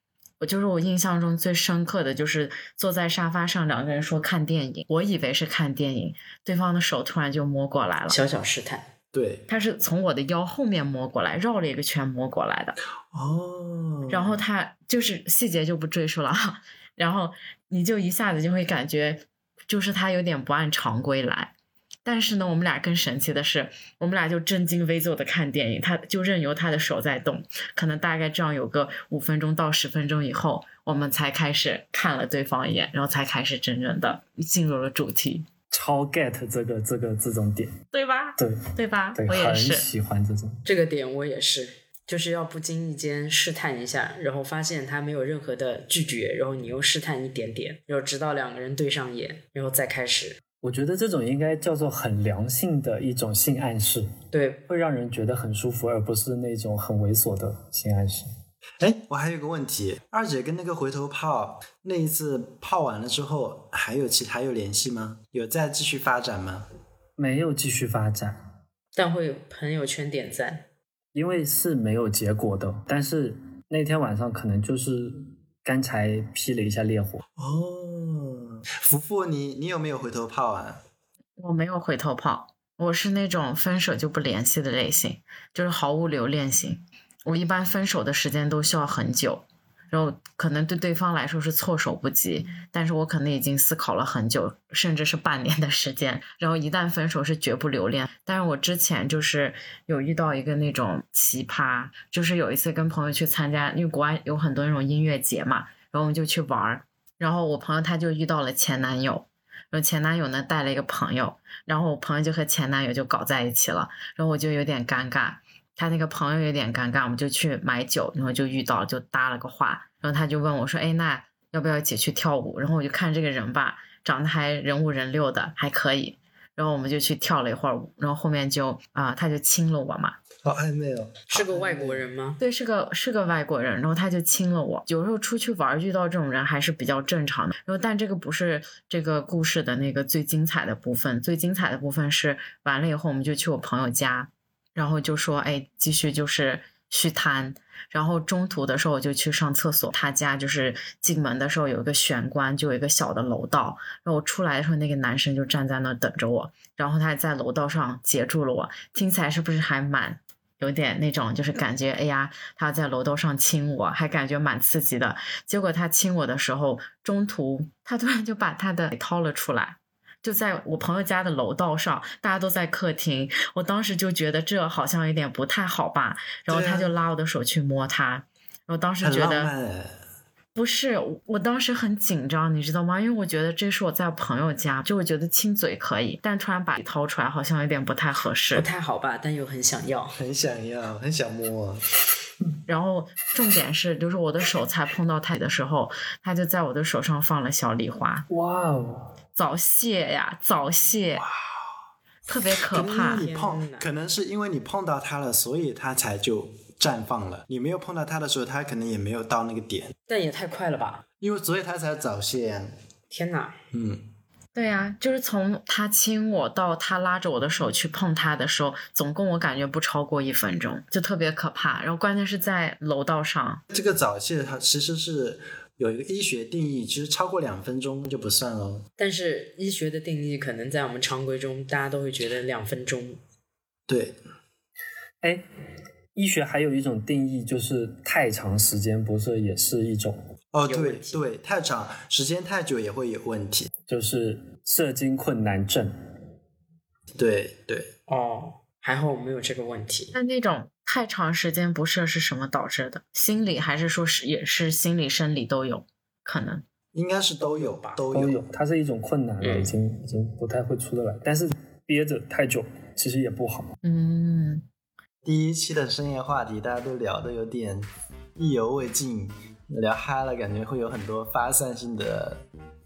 Speaker 2: 我就是我印象中最深刻的就是坐在沙发上，两个人说看电影，我以为是看电影，对方的手突然就摸过来了，
Speaker 3: 小小试探，
Speaker 1: 对，
Speaker 2: 他是从我的腰后面摸过来，绕了一个圈摸过来的，
Speaker 4: 嗯
Speaker 1: 哦，
Speaker 2: 然后他就是细节就不赘述了啊， 然后你就一下子就会感觉，就是他有点不按常规来。但是呢，我们俩更神奇的是，我们俩就正襟危坐的看电影，他就任由他的手在动，可能大概这样有个五分钟到十分钟以后，我们才开始看了对方一眼，然后才开始真正的进入了主题，
Speaker 4: 超 get 这个这个这种点，
Speaker 2: 对吧？
Speaker 4: 对
Speaker 2: 对吧？
Speaker 4: 对，
Speaker 2: 我也
Speaker 4: 很
Speaker 2: 是，
Speaker 4: 喜欢这种。
Speaker 3: 这个点我也是，就是要不经意间试探一下，然后发现他没有任何的拒绝，然后你又试探一点点，然后直到两个人对上眼，然后再开始。
Speaker 4: 我觉得这种应该叫做很良性的一种性暗示，
Speaker 3: 对，
Speaker 4: 会让人觉得很舒服，而不是那种很猥琐的性暗示。
Speaker 1: 哎，我还有个问题，二姐跟那个回头炮那一次泡完了之后，还有其他有联系吗？有再继续发展吗？
Speaker 4: 没有继续发展，
Speaker 3: 但会有朋友圈点赞，
Speaker 4: 因为是没有结果的。但是那天晚上可能就是干柴劈了一下烈火，
Speaker 1: 哦，福福你，你有没有回头炮啊？
Speaker 2: 我没有回头炮，我是那种分手就不联系的类型，就是毫无留恋型。我一般分手的时间都需要很久，然后可能对对方来说是措手不及，但是我可能已经思考了很久，甚至是半年的时间。然后一旦分手是绝不留恋。但是我之前就是有遇到一个那种奇葩，就是有一次跟朋友去参加，因为国外有很多那种音乐节嘛，然后我们就去玩儿，然后我朋友她就遇到了前男友。然后前男友呢带了一个朋友，然后我朋友就和前男友就搞在一起了，然后我就有点尴尬，他那个朋友有点尴尬，我们就去买酒，然后就遇到了，就搭了个话，然后他就问我说：“哎，那要不要一起去跳舞？”然后我就看这个人吧，长得还人五人六的，还可以，然后我们就去跳了一会儿舞，然后后面就啊、他就亲了我嘛，
Speaker 1: 好暧昧哦，
Speaker 3: 是个外国人吗？
Speaker 2: 对，是个是个外国人，然后他就亲了我。有时候出去玩儿遇到这种人还是比较正常的。然后，但这个不是这个故事的那个最精彩的部分，最精彩的部分是完了以后，我们就去我朋友家，然后就说，哎，继续就是续摊。然后中途的时候我就去上厕所，他家就是进门的时候有一个玄关，就有一个小的楼道。然后我出来的时候，那个男生就站在那儿等着我，然后他在楼道上截住了我。听起来是不是还蛮有点那种，就是感觉哎呀，他在楼道上亲我，还感觉蛮刺激的。结果他亲我的时候，中途他突然就把他的给掏了出来。就在我朋友家的楼道上，大家都在客厅，我当时就觉得这好像有点不太好吧，然后
Speaker 1: 对啊
Speaker 2: 他就拉我的手去摸他，我当时
Speaker 1: 很
Speaker 2: 觉
Speaker 1: 浪
Speaker 2: 得
Speaker 1: 漫哎。
Speaker 2: 不是，我我当时很紧张，你知道吗？因为我觉得这是我在朋友家，就我觉得亲嘴可以，但突然把掏出来，好像有点不太合
Speaker 3: 不
Speaker 2: 适。
Speaker 3: 太好吧，但又很想要。
Speaker 1: 很想要，很想摸。
Speaker 2: 然后重点是，就是我的手才碰到它的时候，它就在我的手上放了小礼花，
Speaker 4: 哇哦，
Speaker 2: 早泄呀，早泄，特别可
Speaker 1: 可能
Speaker 2: 怕
Speaker 1: 因为。你
Speaker 3: 天
Speaker 1: 碰
Speaker 3: 哪，
Speaker 1: 可能是因为你碰到它了，所以它才就绽放了。你没有碰到它的时候，它可能也没有到那个点，
Speaker 3: 但也太快了吧！
Speaker 1: 因为所以它才早泄啊。
Speaker 3: 天哪，
Speaker 1: 嗯，
Speaker 2: 对呀、就是从他亲我到他拉着我的手去碰他的时候，总共我感觉不超过一分钟，就特别可怕。然后关键是在楼道上，
Speaker 1: 这个早泄它其实是有一个医学定义，其实超过两分钟就不算哦。
Speaker 3: 但是医学的定义可能在我们常规中，大家都会觉得两分钟。
Speaker 1: 对，
Speaker 4: 哎，医学还有一种定义就是太长时间不是也是一种，
Speaker 1: 哦，
Speaker 3: 有
Speaker 1: 对
Speaker 3: 问题
Speaker 1: 对，太长时间太久也会有问题。
Speaker 4: 就是射精困难症。
Speaker 1: 对对，
Speaker 3: 哦，还好我没有这个问题。
Speaker 2: 但那种太长时间不射是什么导致的？心理还是说是也是心理、生理都有可能？
Speaker 1: 应该是都有吧，
Speaker 3: 哦
Speaker 1: 都
Speaker 4: 都
Speaker 1: 有。
Speaker 4: 有，哦它是一种困难了，
Speaker 3: 嗯
Speaker 4: 已经已经不太会出得来。但是憋着太久其实也不好。
Speaker 2: 嗯，
Speaker 1: 第一期的深夜话题，大家都聊的有点意犹未尽，聊嗨了，感觉会有很多发散性的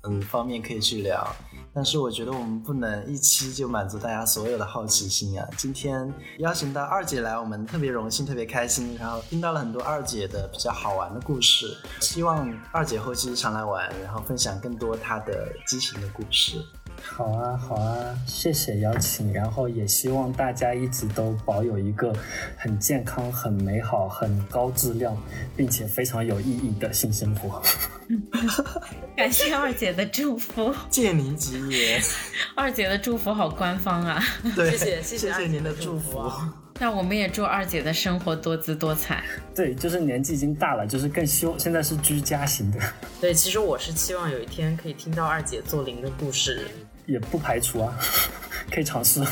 Speaker 1: 嗯方面可以去聊。但是我觉得我们不能一期就满足大家所有的好奇心啊！今天邀请到二姐来，我们特别荣幸，特别开心，然后听到了很多二姐的比较好玩的故事。希望二姐后期常来玩，然后分享更多她的激情的故 事。
Speaker 4: 好啊，好啊，谢谢邀请，然后也希望大家一直都保有一个很健康、很美好、很高质量，并且非常有意义的性生活。
Speaker 2: 感谢二姐的祝福，
Speaker 1: 借您吉 言，
Speaker 2: 二姐的祝福好官方啊！
Speaker 1: 对，
Speaker 3: 谢谢谢
Speaker 1: 谢
Speaker 3: 谢二姐
Speaker 1: 您的
Speaker 3: 的祝
Speaker 1: 祝
Speaker 3: 福
Speaker 1: 福
Speaker 3: 啊。
Speaker 2: 那我们也祝二姐的生活多姿多彩。
Speaker 4: 对，就是年纪已经大了，就是更希望现在是居家型的，
Speaker 3: 对，其实我是期望有一天可以听到二姐做零的故事。
Speaker 4: 也不排除啊，可以尝试，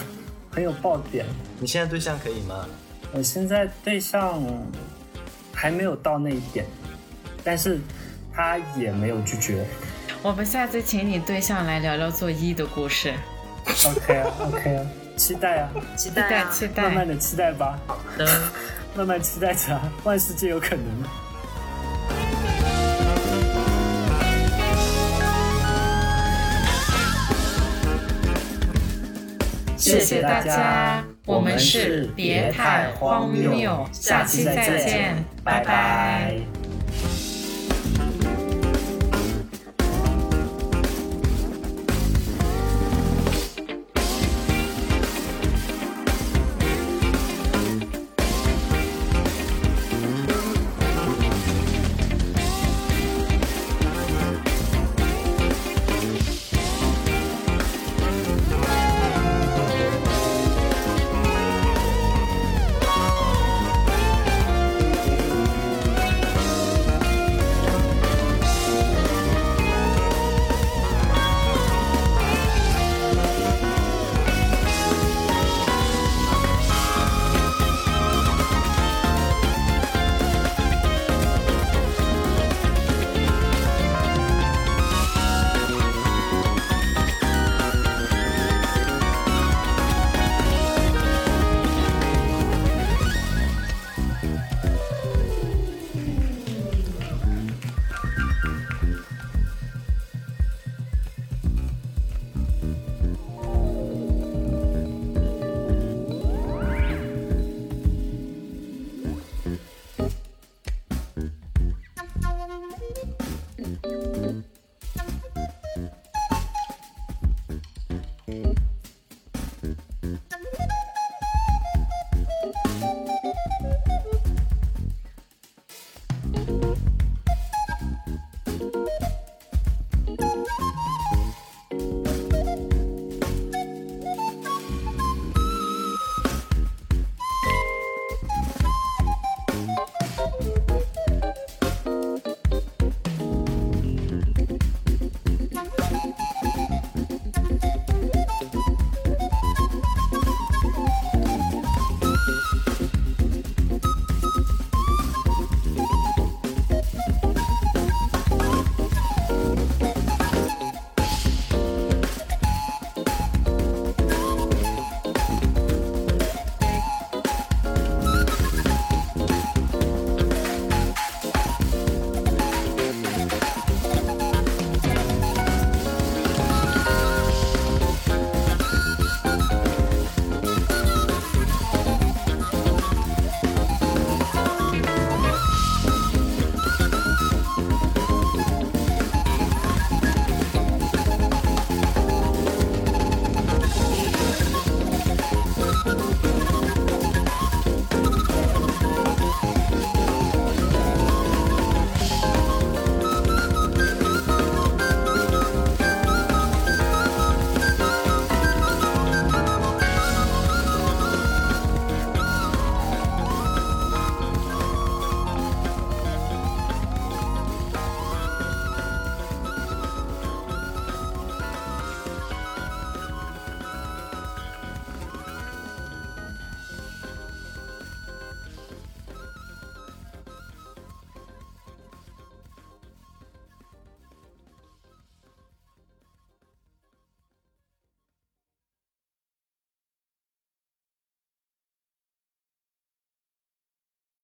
Speaker 4: 很有爆点。
Speaker 1: 你现在对象可以吗？
Speaker 4: 我现在对象还没有到那一点，但是他也没有拒绝。
Speaker 2: 我们下次请你对象来聊聊做医的故事，
Speaker 4: OK 啊，OK 啊，期待啊，
Speaker 3: 期
Speaker 2: 期
Speaker 3: 待
Speaker 2: 待
Speaker 3: 啊！
Speaker 2: 期
Speaker 4: 慢慢
Speaker 2: 待。嗯
Speaker 4: 的期待吧，
Speaker 3: 好的，
Speaker 4: 慢慢期待着啊，万事皆有可能。
Speaker 2: 谢
Speaker 4: 谢
Speaker 2: 谢
Speaker 4: 大
Speaker 2: 大
Speaker 4: 家
Speaker 2: 家，我们是别太荒谬，下期再见，拜拜。